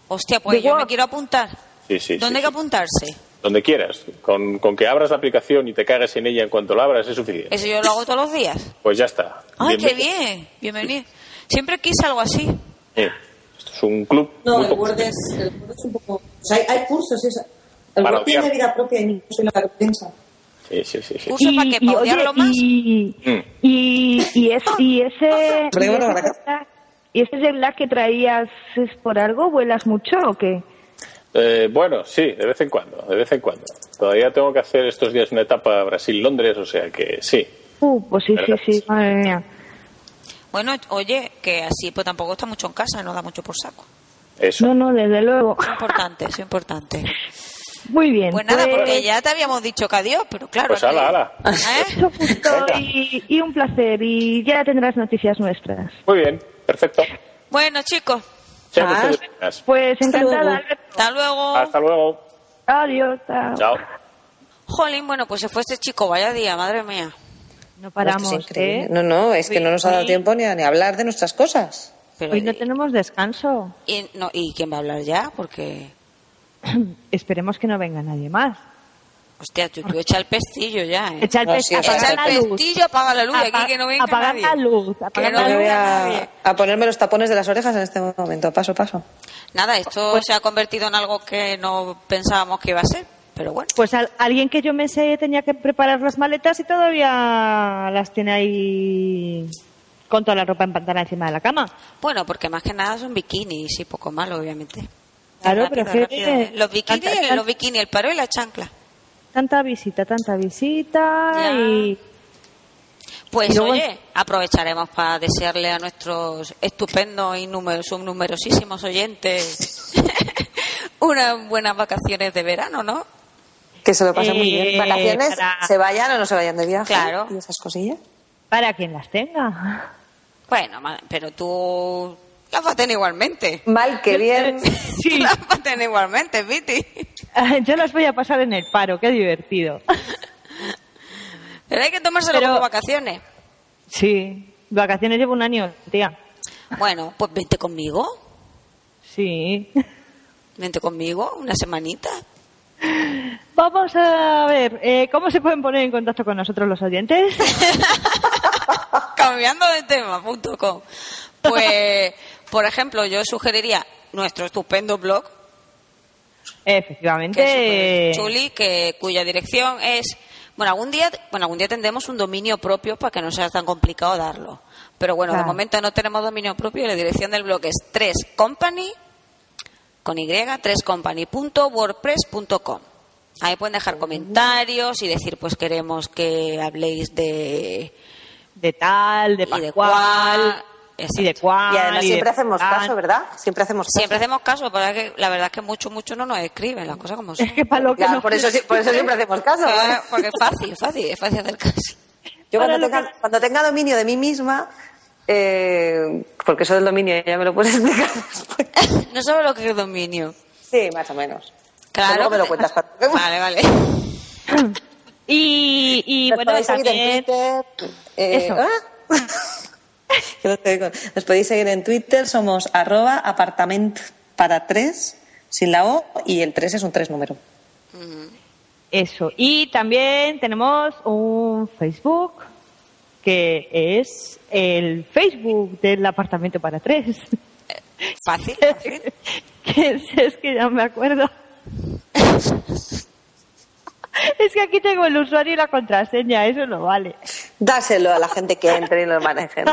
Speaker 2: Hostia, pues yo me quiero apuntar.
Speaker 14: Sí, sí, sí,
Speaker 2: ¿Dónde hay que apuntarse?
Speaker 14: Donde quieras. Con, con que abras la aplicación y te cagues en ella en cuanto la abras es suficiente.
Speaker 2: Eso yo lo hago todos los días.
Speaker 14: Pues ya está.
Speaker 2: ¡Ay, Ah, qué
Speaker 14: Bienvenido.
Speaker 2: bien! Bienvenido. Siempre quise algo así.
Speaker 14: Eh, Esto es un club
Speaker 16: No,
Speaker 14: muy
Speaker 16: el
Speaker 14: popular.
Speaker 16: Word es, el Word es un poco... o sea, hay, hay cursos y eso. El
Speaker 14: Para
Speaker 16: Word tiene
Speaker 14: odiar.
Speaker 16: vida propia y no soy la que piensa.
Speaker 14: Sí, sí, sí. sí.
Speaker 2: Curso para que para
Speaker 13: oye,
Speaker 2: odiarlo más.
Speaker 13: y, y, y es, y ese...
Speaker 16: Pero
Speaker 13: y
Speaker 16: bueno,
Speaker 13: ese
Speaker 16: para acá.
Speaker 13: jet lag- ¿Y ese jet lag que traías es por algo? ¿Vuelas mucho o qué?
Speaker 14: Eh, bueno, sí, de vez en cuando, de vez en cuando. Todavía tengo que hacer estos días una etapa Brasil-Londres, o sea que sí.
Speaker 13: Uh, pues sí, sí,
Speaker 14: Verdad.
Speaker 13: sí, madre mía.
Speaker 2: Bueno, oye, que así pues tampoco está mucho en casa, no da mucho por saco.
Speaker 14: Eso.
Speaker 13: No, no, desde luego.
Speaker 2: Es importante, es importante.
Speaker 13: Muy bien.
Speaker 2: Pues nada,
Speaker 13: pues-
Speaker 2: porque ya te habíamos dicho que ¿Eh? adiós, pero claro.
Speaker 14: Pues
Speaker 2: aquí-
Speaker 14: ala, ala.
Speaker 13: Eso justo, y, y un placer, y ya tendrás noticias nuestras.
Speaker 14: Muy bien, perfecto.
Speaker 2: Bueno, chicos.
Speaker 14: Sean ustedes buenas.
Speaker 13: Pues encantada, Alberto.
Speaker 2: Hasta luego.
Speaker 14: Hasta luego.
Speaker 13: Adiós. chao.
Speaker 14: Chao.
Speaker 2: Jolín, bueno, pues se fue este chico, vaya día, madre mía.
Speaker 13: No ¿eh?
Speaker 2: paramos,
Speaker 1: No, es que es
Speaker 11: ¿eh?
Speaker 1: increíble. No, no, es que no nos ha dado tiempo ni a ni a hablar de nuestras cosas.
Speaker 13: Hoy no tenemos descanso.
Speaker 2: Y, no, ¿Y quién va a hablar ya? Porque,
Speaker 13: Esperemos que no venga nadie más.
Speaker 2: hostia, tú, tú echa el pestillo ya, ¿eh?
Speaker 13: Echa el pes- apagar
Speaker 2: Echa el
Speaker 13: la luz.
Speaker 2: pestillo, apaga la luz,
Speaker 13: Apa-
Speaker 2: aquí que no venga
Speaker 13: apagar
Speaker 2: nadie.
Speaker 13: la luz,
Speaker 2: Que
Speaker 13: apagar
Speaker 2: no
Speaker 1: Yo me voy
Speaker 2: venga
Speaker 1: a,
Speaker 2: nadie.
Speaker 1: a ponerme los tapones de las orejas en este momento, paso a paso.
Speaker 2: Pues- Nada, esto se ha convertido en algo que no pensábamos que iba a ser. pero bueno.
Speaker 1: Pues al- alguien que yo me sé tenía que preparar las maletas y todavía las tiene ahí con toda la ropa empantanada encima de la cama.
Speaker 2: Bueno, porque más que nada son bikinis y poco malo, obviamente.
Speaker 1: Claro,
Speaker 2: Rápido,
Speaker 1: pero es que-
Speaker 2: rápido, ¿eh? Los bikinis,
Speaker 1: Tanta- tan-
Speaker 2: los bikinis, el paro y la chancla.
Speaker 1: Tanta visita, tanta visita y...
Speaker 2: Pues
Speaker 1: Y luego-
Speaker 2: oye, aprovecharemos para desearle a nuestros estupendos y numer- subnumerosísimos oyentes unas buenas vacaciones de verano, ¿no?
Speaker 11: Que se lo pasen muy bien.
Speaker 2: Eh,
Speaker 11: Vacaciones,
Speaker 2: para-
Speaker 11: se vayan o no se vayan de viaje.
Speaker 2: Claro.
Speaker 11: Y esas cosillas.
Speaker 1: Para quien las tenga.
Speaker 2: Bueno, ma- pero tú las vas a tener igualmente.
Speaker 11: Mal que bien.
Speaker 2: Sí. Las vas a tener igualmente, Viti.
Speaker 1: Yo las voy a pasar en el paro, qué divertido.
Speaker 2: Pero hay que tomárselo
Speaker 1: Pero-
Speaker 2: como vacaciones.
Speaker 1: Sí, vacaciones llevo un año, tía.
Speaker 2: Bueno, pues vente conmigo.
Speaker 1: Sí.
Speaker 2: Vente conmigo una semanita.
Speaker 1: Vamos a ver, eh, ¿cómo se pueden poner en contacto con nosotros los oyentes?
Speaker 2: Cambiando de tema, punto com. Pues, por ejemplo, yo sugeriría nuestro estupendo blog, que
Speaker 1: Efectivamente.
Speaker 2: es superchuli, que cuya dirección es... Bueno, algún día, bueno, algún día tendremos un dominio propio para que no sea tan complicado darlo. Pero bueno, de
Speaker 1: Claro.
Speaker 2: momento no tenemos dominio propio y la dirección del blog es 3company, con Y, 3company.wordpress.com. Ahí pueden dejar comentarios y decir, pues queremos que habléis de...
Speaker 1: De tal, de
Speaker 2: y de
Speaker 1: cual, y de cual.
Speaker 11: Y además
Speaker 1: y de
Speaker 11: siempre hacemos
Speaker 1: cual.
Speaker 11: caso, ¿verdad? Siempre hacemos caso.
Speaker 2: Siempre hacemos caso, pero es que la verdad es que mucho, mucho no nos escriben las cosas como son.
Speaker 1: que para lo que
Speaker 11: Ya,
Speaker 1: nos-
Speaker 11: por, eso, si- por eso siempre hacemos caso. ¿eh?
Speaker 2: Claro, porque es fácil, es fácil, es fácil hacer caso.
Speaker 11: Yo cuando tenga, cuando tenga dominio de mí misma, eh, porque eso del dominio ya me lo puedes explicar.
Speaker 2: No sabes lo que es dominio.
Speaker 11: Sí, más o menos.
Speaker 2: Claro.
Speaker 11: Luego me lo cuentas cuando acabemos.
Speaker 2: Vale, vale.
Speaker 1: Y, y
Speaker 11: Nos
Speaker 1: bueno,
Speaker 11: podéis seguir en
Speaker 1: también...
Speaker 11: Twitter. eh,
Speaker 1: Eso.
Speaker 11: ¿ah? Que no te digo. Nos podéis seguir en Twitter, somos arroba apartamento para tres, sin la O, y el tres es un tres número.
Speaker 1: Eso. Y también tenemos un Facebook que es el Facebook del apartamento para tres.
Speaker 2: Fácil, fácil.
Speaker 1: Que es, es que ya me acuerdo. Es que aquí tengo el usuario y la contraseña, eso no vale.
Speaker 11: Dáselo a la gente que entre y lo maneje.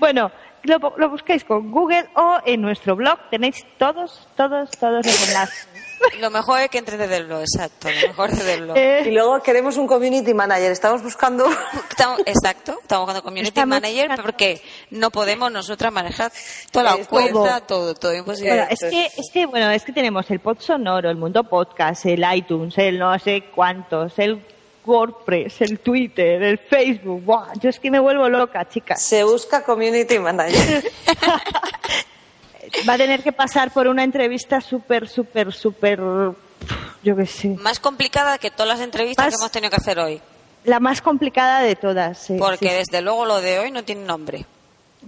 Speaker 1: Bueno, lo, po- lo buscáis con Google o en nuestro blog tenéis todos, todos, todos los enlaces.
Speaker 2: Lo mejor es que entres desde el blog, exacto. Lo mejor desde el blog.
Speaker 11: Y luego queremos un community manager. Estamos buscando
Speaker 2: Estamos- exacto, estamos buscando community
Speaker 1: Estamos
Speaker 2: manager
Speaker 1: buscando-
Speaker 2: porque no podemos nosotras manejar toda la
Speaker 11: Es
Speaker 2: cuenta,
Speaker 11: todo.
Speaker 2: todo, todo imposible.
Speaker 1: Bueno, es que, es que, bueno, es que tenemos el pod sonoro, el mundo podcast, el iTunes, el no sé cuántos, el WordPress, el Twitter, el Facebook. Buah, yo es que me vuelvo loca, chicas.
Speaker 11: Se busca community manager.
Speaker 1: Va a tener que pasar por una entrevista súper, súper, súper, yo qué sé,
Speaker 2: Más complicada que todas las entrevistas
Speaker 1: Más-
Speaker 2: que hemos tenido que hacer hoy.
Speaker 1: la más complicada de todas. eh, sí,
Speaker 2: Porque
Speaker 1: sí, sí.
Speaker 2: desde luego lo de hoy no tiene nombre.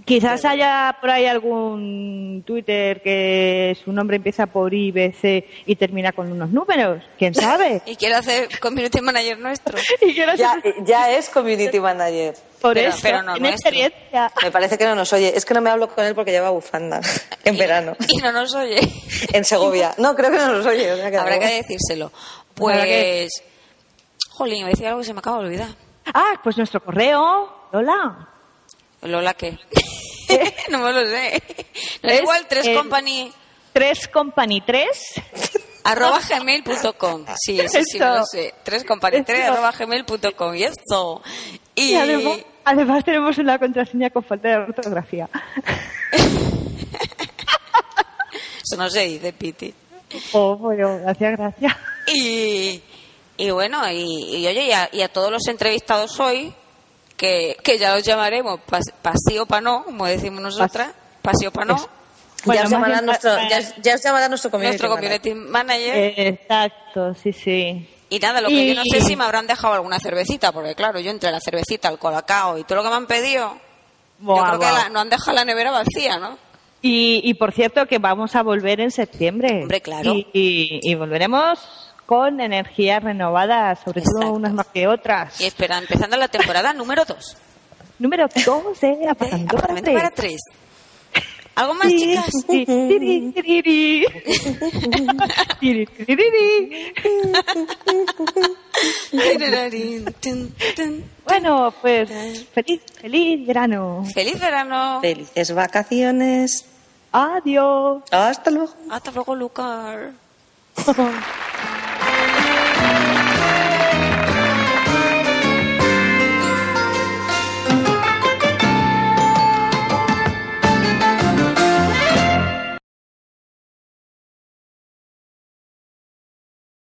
Speaker 1: Quizás haya por ahí algún Twitter que su nombre empieza por IBC y termina con unos números. ¿Quién sabe?
Speaker 2: Y quiere hacer community manager nuestro.
Speaker 1: y quiero
Speaker 11: Ya,
Speaker 1: ser
Speaker 11: ya es community manager.
Speaker 1: por
Speaker 2: pero-
Speaker 1: eso.
Speaker 2: pero no
Speaker 1: tiene
Speaker 2: nuestro.
Speaker 1: experiencia.
Speaker 11: Me parece que no nos oye. Es que no me hablo con él porque lleva bufanda en verano,
Speaker 2: Y no nos oye.
Speaker 11: en Segovia. No, creo que no nos oye. o sea que
Speaker 2: Habrá
Speaker 11: no.
Speaker 2: que decírselo.
Speaker 1: Habrá que-
Speaker 2: Pues. Jolín, iba a decir algo que se me acaba de olvidar.
Speaker 1: Ah, pues nuestro correo. Hola.
Speaker 2: Lola, ¿qué? no me lo sé. No,
Speaker 1: Es
Speaker 2: igual, tres
Speaker 1: el-
Speaker 2: company
Speaker 1: Tres company tres.
Speaker 2: arroba gmail.com. Sí, eso sí me lo
Speaker 1: Eso.
Speaker 2: sé. Tres company tres
Speaker 1: Eso.
Speaker 2: arroba gmail.com. Y esto.
Speaker 1: Y,
Speaker 2: Y.
Speaker 1: además, además tenemos una contraseña con falta de ortografía.
Speaker 2: Eso no se dice, Piti.
Speaker 1: Oh, bueno, gracias, gracias.
Speaker 2: Y, y bueno, y, y oye, y a, y a todos los entrevistados hoy, que, que ya los llamaremos pas, pasí o pa no, como decimos nosotras, pasí o pa no,
Speaker 1: Bueno,
Speaker 11: ya, os
Speaker 1: más
Speaker 11: llamará
Speaker 1: bien
Speaker 11: nuestro,
Speaker 1: para-
Speaker 11: ya, os- ya os llamará nuestro community
Speaker 2: nuestro
Speaker 11: manager.
Speaker 2: community manager.
Speaker 1: Exacto, sí, sí.
Speaker 2: Y nada, lo que yo no sé
Speaker 1: Eh, Y-
Speaker 2: es si me habrán dejado alguna cervecita, porque claro, yo entre la cervecita, el colacao y todo lo que me han pedido, yo
Speaker 1: Buah,
Speaker 2: creo que
Speaker 1: buah.
Speaker 2: la- no han dejado la nevera vacía, ¿no?
Speaker 1: Y, y por cierto que vamos a volver en septiembre.
Speaker 2: Hombre, claro.
Speaker 1: Y, y- y volveremos con energías renovadas, sobre
Speaker 2: Exacto.
Speaker 1: todo unas más que otras.
Speaker 2: Y espera, empezando la temporada número 2
Speaker 1: Número 12,
Speaker 2: de
Speaker 1: apartamento para
Speaker 2: Apartamento para
Speaker 1: tres.
Speaker 2: tres ¿Algo más, chicas?
Speaker 1: bueno, pues feliz, feliz verano.
Speaker 2: Feliz verano.
Speaker 11: Felices vacaciones.
Speaker 1: Adiós.
Speaker 11: Hasta luego.
Speaker 2: Hasta luego, Lucar.